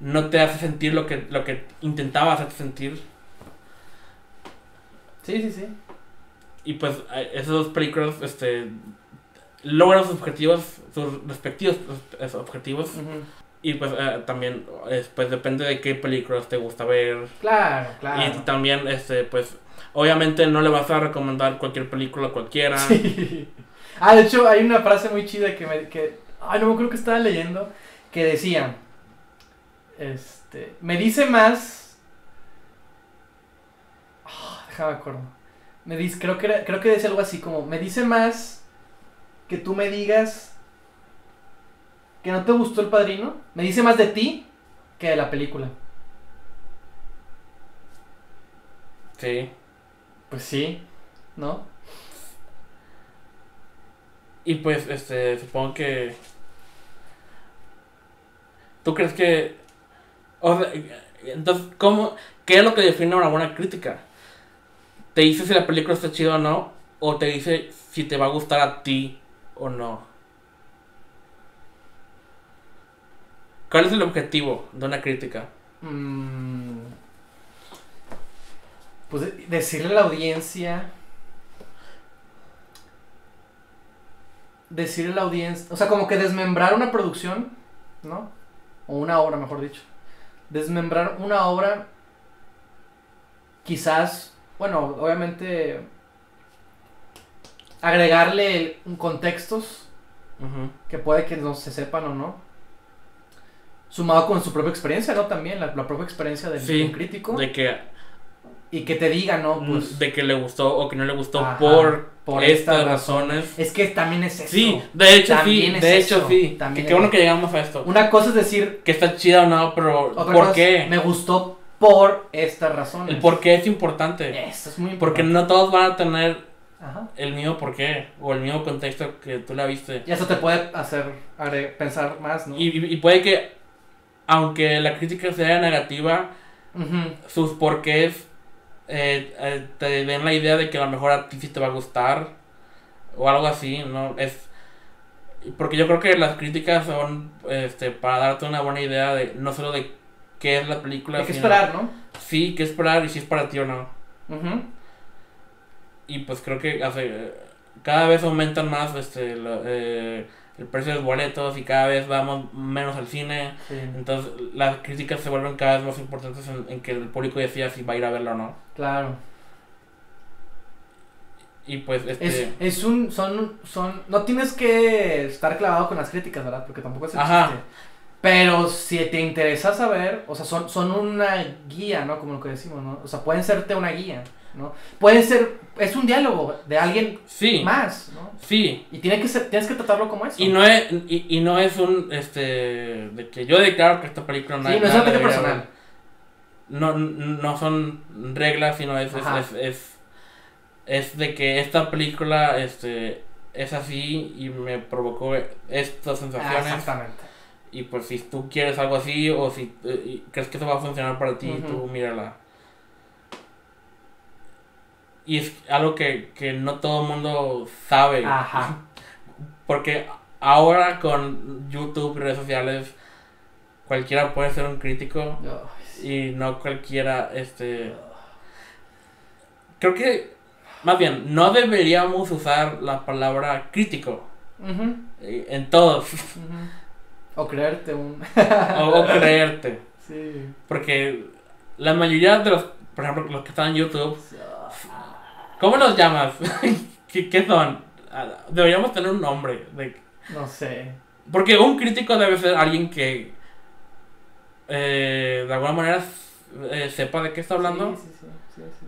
Speaker 1: no te hace sentir lo que lo que intentaba hacerte sentir
Speaker 2: Sí, sí, sí.
Speaker 1: y pues a- esas dos películas este logran sus objetivos sus respectivos eh, objetivos
Speaker 2: Ujú.
Speaker 1: y pues eh, también eh, pues depende de qué películas te gusta ver
Speaker 2: Claro, claro.
Speaker 1: y también este pues obviamente no le vas a recomendar cualquier película a cualquiera
Speaker 2: Sí. Ah, de hecho, hay una frase muy chida que me. Que, ay, no me acuerdo que estaba leyendo. Que decía. Este. Me dice más. Ah, déjame acuerdo. Me dice. Creo que, era- creo que decía algo así como. Me dice más. Que tú me digas. Que no te gustó el padrino. Me dice más de ti. Que de la película.
Speaker 1: sí.
Speaker 2: Pues sí. ¿No?
Speaker 1: Y pues, este, supongo que. ¿Tú crees que.? o sea, entonces, ¿cómo, ¿qué es lo que define una buena crítica? ¿Te dice si la película está chida o no? ¿O te dice si te va a gustar a ti o no? ¿Cuál es el objetivo de una crítica?
Speaker 2: Mm, Pues de- decirle a la audiencia. Decirle a la audiencia. O sea, como que desmembrar una producción, ¿no? O una obra, mejor dicho. Desmembrar una obra. Quizás. Bueno, obviamente. Agregarle el- un- contextos
Speaker 1: Ujú.
Speaker 2: que puede que no se sepan o no. Sumado con su propia experiencia, ¿no? También la, la propia experiencia del,
Speaker 1: Sí,
Speaker 2: del crítico.
Speaker 1: De que,
Speaker 2: Y que te diga, ¿no? Pues,
Speaker 1: de que le gustó o que no le gustó
Speaker 2: Ajá,
Speaker 1: por,
Speaker 2: por
Speaker 1: estas
Speaker 2: estas
Speaker 1: razones.
Speaker 2: es que también es eso.
Speaker 1: Sí, de hecho sí,
Speaker 2: También es
Speaker 1: de hecho
Speaker 2: eso,
Speaker 1: sí.
Speaker 2: también
Speaker 1: Que-
Speaker 2: es
Speaker 1: Qué bueno
Speaker 2: eso.
Speaker 1: que llegamos a esto.
Speaker 2: Una cosa es decir,
Speaker 1: Que está chida o no, pero
Speaker 2: otra
Speaker 1: ¿por
Speaker 2: cosa es,
Speaker 1: qué?
Speaker 2: me gustó por estas razones.
Speaker 1: El por qué es importante.
Speaker 2: Eso es muy
Speaker 1: Porque
Speaker 2: importante.
Speaker 1: no todos van a tener
Speaker 2: Ajá.
Speaker 1: el mismo por qué o el mismo contexto que tú la viste.
Speaker 2: Y eso te puede hacer agre- pensar más, ¿no?
Speaker 1: Y, y- y puede que, aunque la crítica sea negativa,
Speaker 2: Ujú.
Speaker 1: sus porqués eh, eh, te den la idea de que a lo mejor a ti sí te va a gustar o algo así, ¿no? Es porque yo creo que las críticas son este para darte una buena idea de no solo de qué es la película,
Speaker 2: Hay que
Speaker 1: sino-
Speaker 2: esperar, ¿no?
Speaker 1: sí, qué esperar y si es para ti o no.
Speaker 2: Ujú.
Speaker 1: Y pues creo que hace- cada vez aumentan más este la- eh, el precio de los boletos y cada vez vamos menos al cine.
Speaker 2: Sí,
Speaker 1: Entonces las críticas se vuelven cada vez más importantes en, en que el público decida si va a ir a verlo o no.
Speaker 2: claro.
Speaker 1: Y pues este...
Speaker 2: Es, es un, son, son, no tienes que estar clavado con las críticas, ¿verdad? Porque tampoco es el
Speaker 1: Ajá.
Speaker 2: chiste. Pero si te interesa saber, o sea, son, son una guía, ¿no? Como lo que decimos, ¿no? O sea, pueden serte una guía, ¿no? Pueden ser, es un diálogo de alguien
Speaker 1: Sí,
Speaker 2: más, ¿no?
Speaker 1: sí.
Speaker 2: Y tiene que ser- tienes que tratarlo como eso.
Speaker 1: Y no es, y, y no es un, este, de que yo declaro que esta película
Speaker 2: Sí,
Speaker 1: nadie-
Speaker 2: no es un
Speaker 1: nadie
Speaker 2: ataque
Speaker 1: debería
Speaker 2: personal.
Speaker 1: ver. No, no son reglas, sino es, es,
Speaker 2: Ajá.
Speaker 1: es, es- es de que esta película, este, es así y me provocó estas
Speaker 2: Ah,
Speaker 1: sensaciones.
Speaker 2: exactamente.
Speaker 1: y pues si tú quieres algo así o si eh, y crees que eso va a funcionar para ti,
Speaker 2: Ujú.
Speaker 1: tú mírala. Y es algo que, que no todo el mundo sabe.
Speaker 2: Ah. Ajá.
Speaker 1: Porque ahora con YouTube, redes sociales, cualquiera puede ser un crítico
Speaker 2: Ay, sí.
Speaker 1: y no cualquiera, este... Creo que, más bien, no deberíamos usar la palabra crítico
Speaker 2: Ujú,
Speaker 1: eh, en todos
Speaker 2: ujú. O creerte un...
Speaker 1: o, o creerte.
Speaker 2: sí.
Speaker 1: Porque la mayoría de los, por ejemplo, los que están en YouTube, ¿cómo los llamas? ¿Qué, qué son? Ah, Deberíamos tener un nombre de
Speaker 2: No sé.
Speaker 1: Porque un crítico debe ser alguien que eh, de alguna manera eh, sepa de qué está hablando.
Speaker 2: Sí, sí, sí, sí, sí.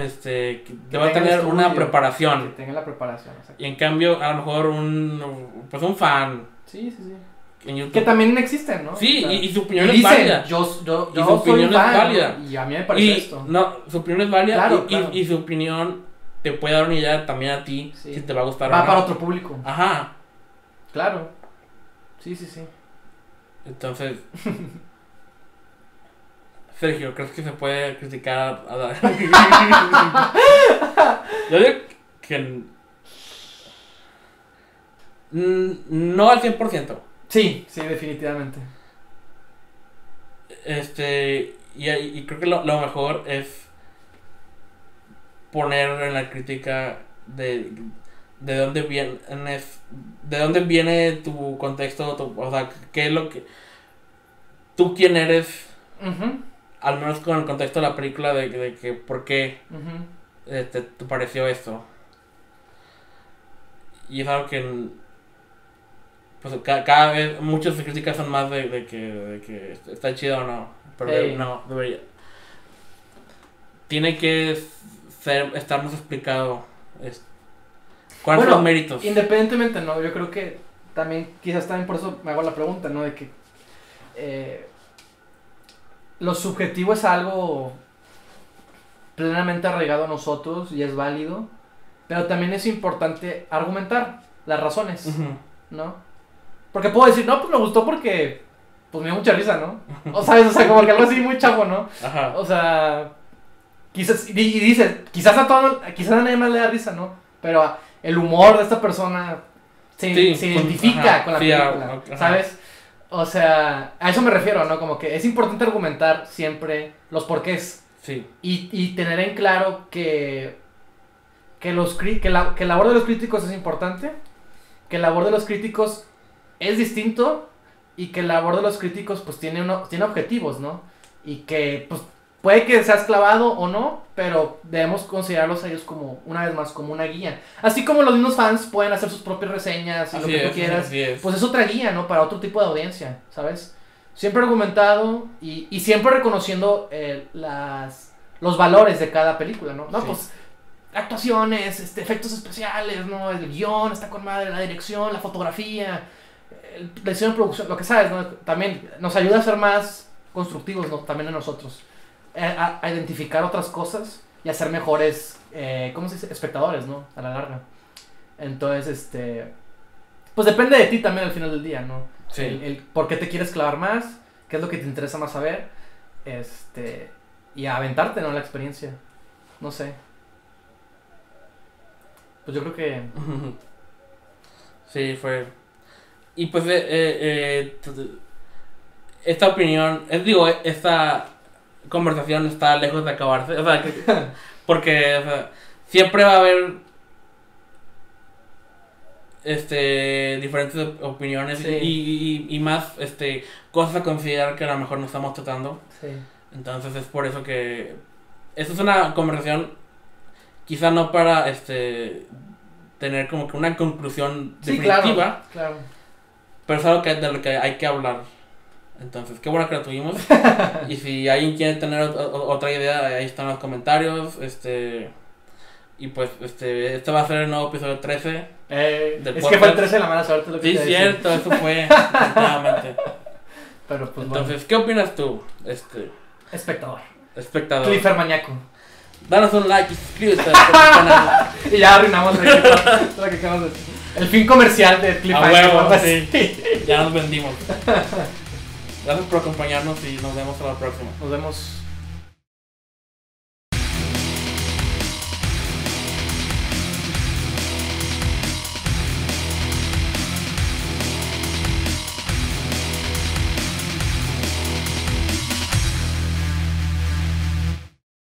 Speaker 1: Este, que
Speaker 2: tenga
Speaker 1: debe tener
Speaker 2: estudio.
Speaker 1: una
Speaker 2: Que
Speaker 1: preparación.
Speaker 2: tenga la preparación, exacto.
Speaker 1: Y en cambio, a lo mejor un pues un fan
Speaker 2: Sí, sí, sí.
Speaker 1: en YouTube.
Speaker 2: Que también existen, ¿no?
Speaker 1: Sí,
Speaker 2: O sea,
Speaker 1: y, y su
Speaker 2: y
Speaker 1: opinión es
Speaker 2: dicen,
Speaker 1: válida.
Speaker 2: yo, yo,
Speaker 1: Y
Speaker 2: yo
Speaker 1: su
Speaker 2: soy
Speaker 1: opinión es
Speaker 2: fan,
Speaker 1: válida.
Speaker 2: Y a mí me parece
Speaker 1: Y
Speaker 2: esto.
Speaker 1: no, su opinión es válida
Speaker 2: Claro,
Speaker 1: y,
Speaker 2: claro.
Speaker 1: y- y su opinión te puede dar una idea también a ti
Speaker 2: Sí.
Speaker 1: si te va a gustar o
Speaker 2: Va
Speaker 1: no.
Speaker 2: para otro público.
Speaker 1: Ajá.
Speaker 2: Claro. Sí, sí, sí.
Speaker 1: Entonces, Sergio, ¿crees que se puede criticar a la... Yo digo que... n- n- No al 100%.
Speaker 2: Sí, sí, definitivamente.
Speaker 1: Este, y, y creo que lo, lo mejor es poner en la crítica de, de dónde vienes, de dónde viene tu contexto, tu- o sea, qué es lo que... Tú quién eres,
Speaker 2: Ujú,
Speaker 1: al menos con el contexto de la película de, de que por qué
Speaker 2: ujú.
Speaker 1: este, te pareció esto. Y es algo que n- pues ca- cada vez muchas críticas son más de, de que, de que está chido o no, pero de-
Speaker 2: Ey.
Speaker 1: no debería. Tiene que ser estar más explicado es- cuáles
Speaker 2: Bueno,
Speaker 1: son los méritos.
Speaker 2: Independientemente, no, yo creo que también, quizás también por eso me hago la pregunta, ¿no? De que eh, lo subjetivo es algo plenamente arraigado a nosotros y es válido, pero también es importante argumentar las razones,
Speaker 1: Ujú.
Speaker 2: ¿no? Porque puedo decir, no, pues me gustó porque, pues me dio mucha risa, ¿no? O sabes, o sea, como que algo así muy chavo, ¿no?
Speaker 1: Ajá.
Speaker 2: O sea, quizás, y y dices, quizás a todo, quizás a nadie más le da risa, ¿no? Pero a- el humor de esta persona se,
Speaker 1: Sí,
Speaker 2: se
Speaker 1: con-
Speaker 2: identifica
Speaker 1: ajá,
Speaker 2: con la
Speaker 1: sí, a-
Speaker 2: película,
Speaker 1: ajá.
Speaker 2: ¿sabes? O sea, a eso me refiero, ¿no? Como que es importante argumentar siempre los porqués
Speaker 1: Sí.
Speaker 2: y, y tener en claro que, que, los, cri- que, la, que la labor de los críticos es importante, que la labor de los críticos es distinto y que la labor de los críticos pues tiene, uno, tiene objetivos, ¿no? Y que pues puede que seas clavado o no, pero debemos considerarlos a ellos como, una vez más, como una guía. Así como los mismos fans pueden hacer sus propias reseñas y lo que tú quieras
Speaker 1: así es.
Speaker 2: pues es otra guía, ¿no? Para otro tipo de audiencia, ¿sabes? Siempre argumentado y, y siempre reconociendo eh, las, los valores de cada película, ¿no? No,
Speaker 1: Sí.
Speaker 2: pues actuaciones, este, efectos especiales, ¿no? El guión está con madre, la dirección, la fotografía, el- la edición de producción, lo que sabes, ¿no? También nos ayuda a ser más constructivos, ¿no? También a nosotros. Eh, A, a- a identificar otras cosas y a ser mejores, eh, ¿cómo se dice? Espectadores, ¿no? A la larga. Entonces, este... Pues depende de ti también al final del día, ¿no?
Speaker 1: Sí.
Speaker 2: El, el por qué te quieres clavar más, qué es lo que te interesa más saber. Este, y a aventarte, ¿no? La experiencia. No sé. Pues yo creo que...
Speaker 1: Sí, fue. Y pues, eh, eh, t- t- esta opinión, eh, digo, eh, esta conversación está lejos de acabarse. O sea, que- porque o sea, siempre va a haber este diferentes op- opiniones
Speaker 2: Sí.
Speaker 1: y, y- y más este cosas a considerar que a lo mejor no estamos tratando.
Speaker 2: Sí.
Speaker 1: Entonces es por eso que esta es una conversación quizá no para este tener como que una conclusión
Speaker 2: Sí,
Speaker 1: definitiva,
Speaker 2: claro. Claro.
Speaker 1: pero es algo que, de lo que hay que hablar. Entonces, qué bueno que la tuvimos. y si alguien quiere tener ot- o- otra idea, ahí están los comentarios. Este y pues este este va a ser el nuevo episodio 13.
Speaker 2: Eh,
Speaker 1: Del
Speaker 2: es que fue el
Speaker 1: podcast.
Speaker 2: 13 de la mala suerte lo que
Speaker 1: Sí,
Speaker 2: te
Speaker 1: es
Speaker 2: decía.
Speaker 1: cierto, eso fue definitivamente.
Speaker 2: Pero pues bueno,
Speaker 1: Entonces, ¿qué opinas tú, este
Speaker 2: espectador.
Speaker 1: espectador?
Speaker 2: Cliffer maníaco.
Speaker 1: Danos un like y suscríbete al canal.
Speaker 2: Y ya arruinamos el, lo que acabamos de decir. el fin comercial de Cliff
Speaker 1: A
Speaker 2: Maníaco,
Speaker 1: huevo,
Speaker 2: algo así.
Speaker 1: Ya nos vendimos. Gracias por acompañarnos y nos vemos a la próxima.
Speaker 2: Nos vemos.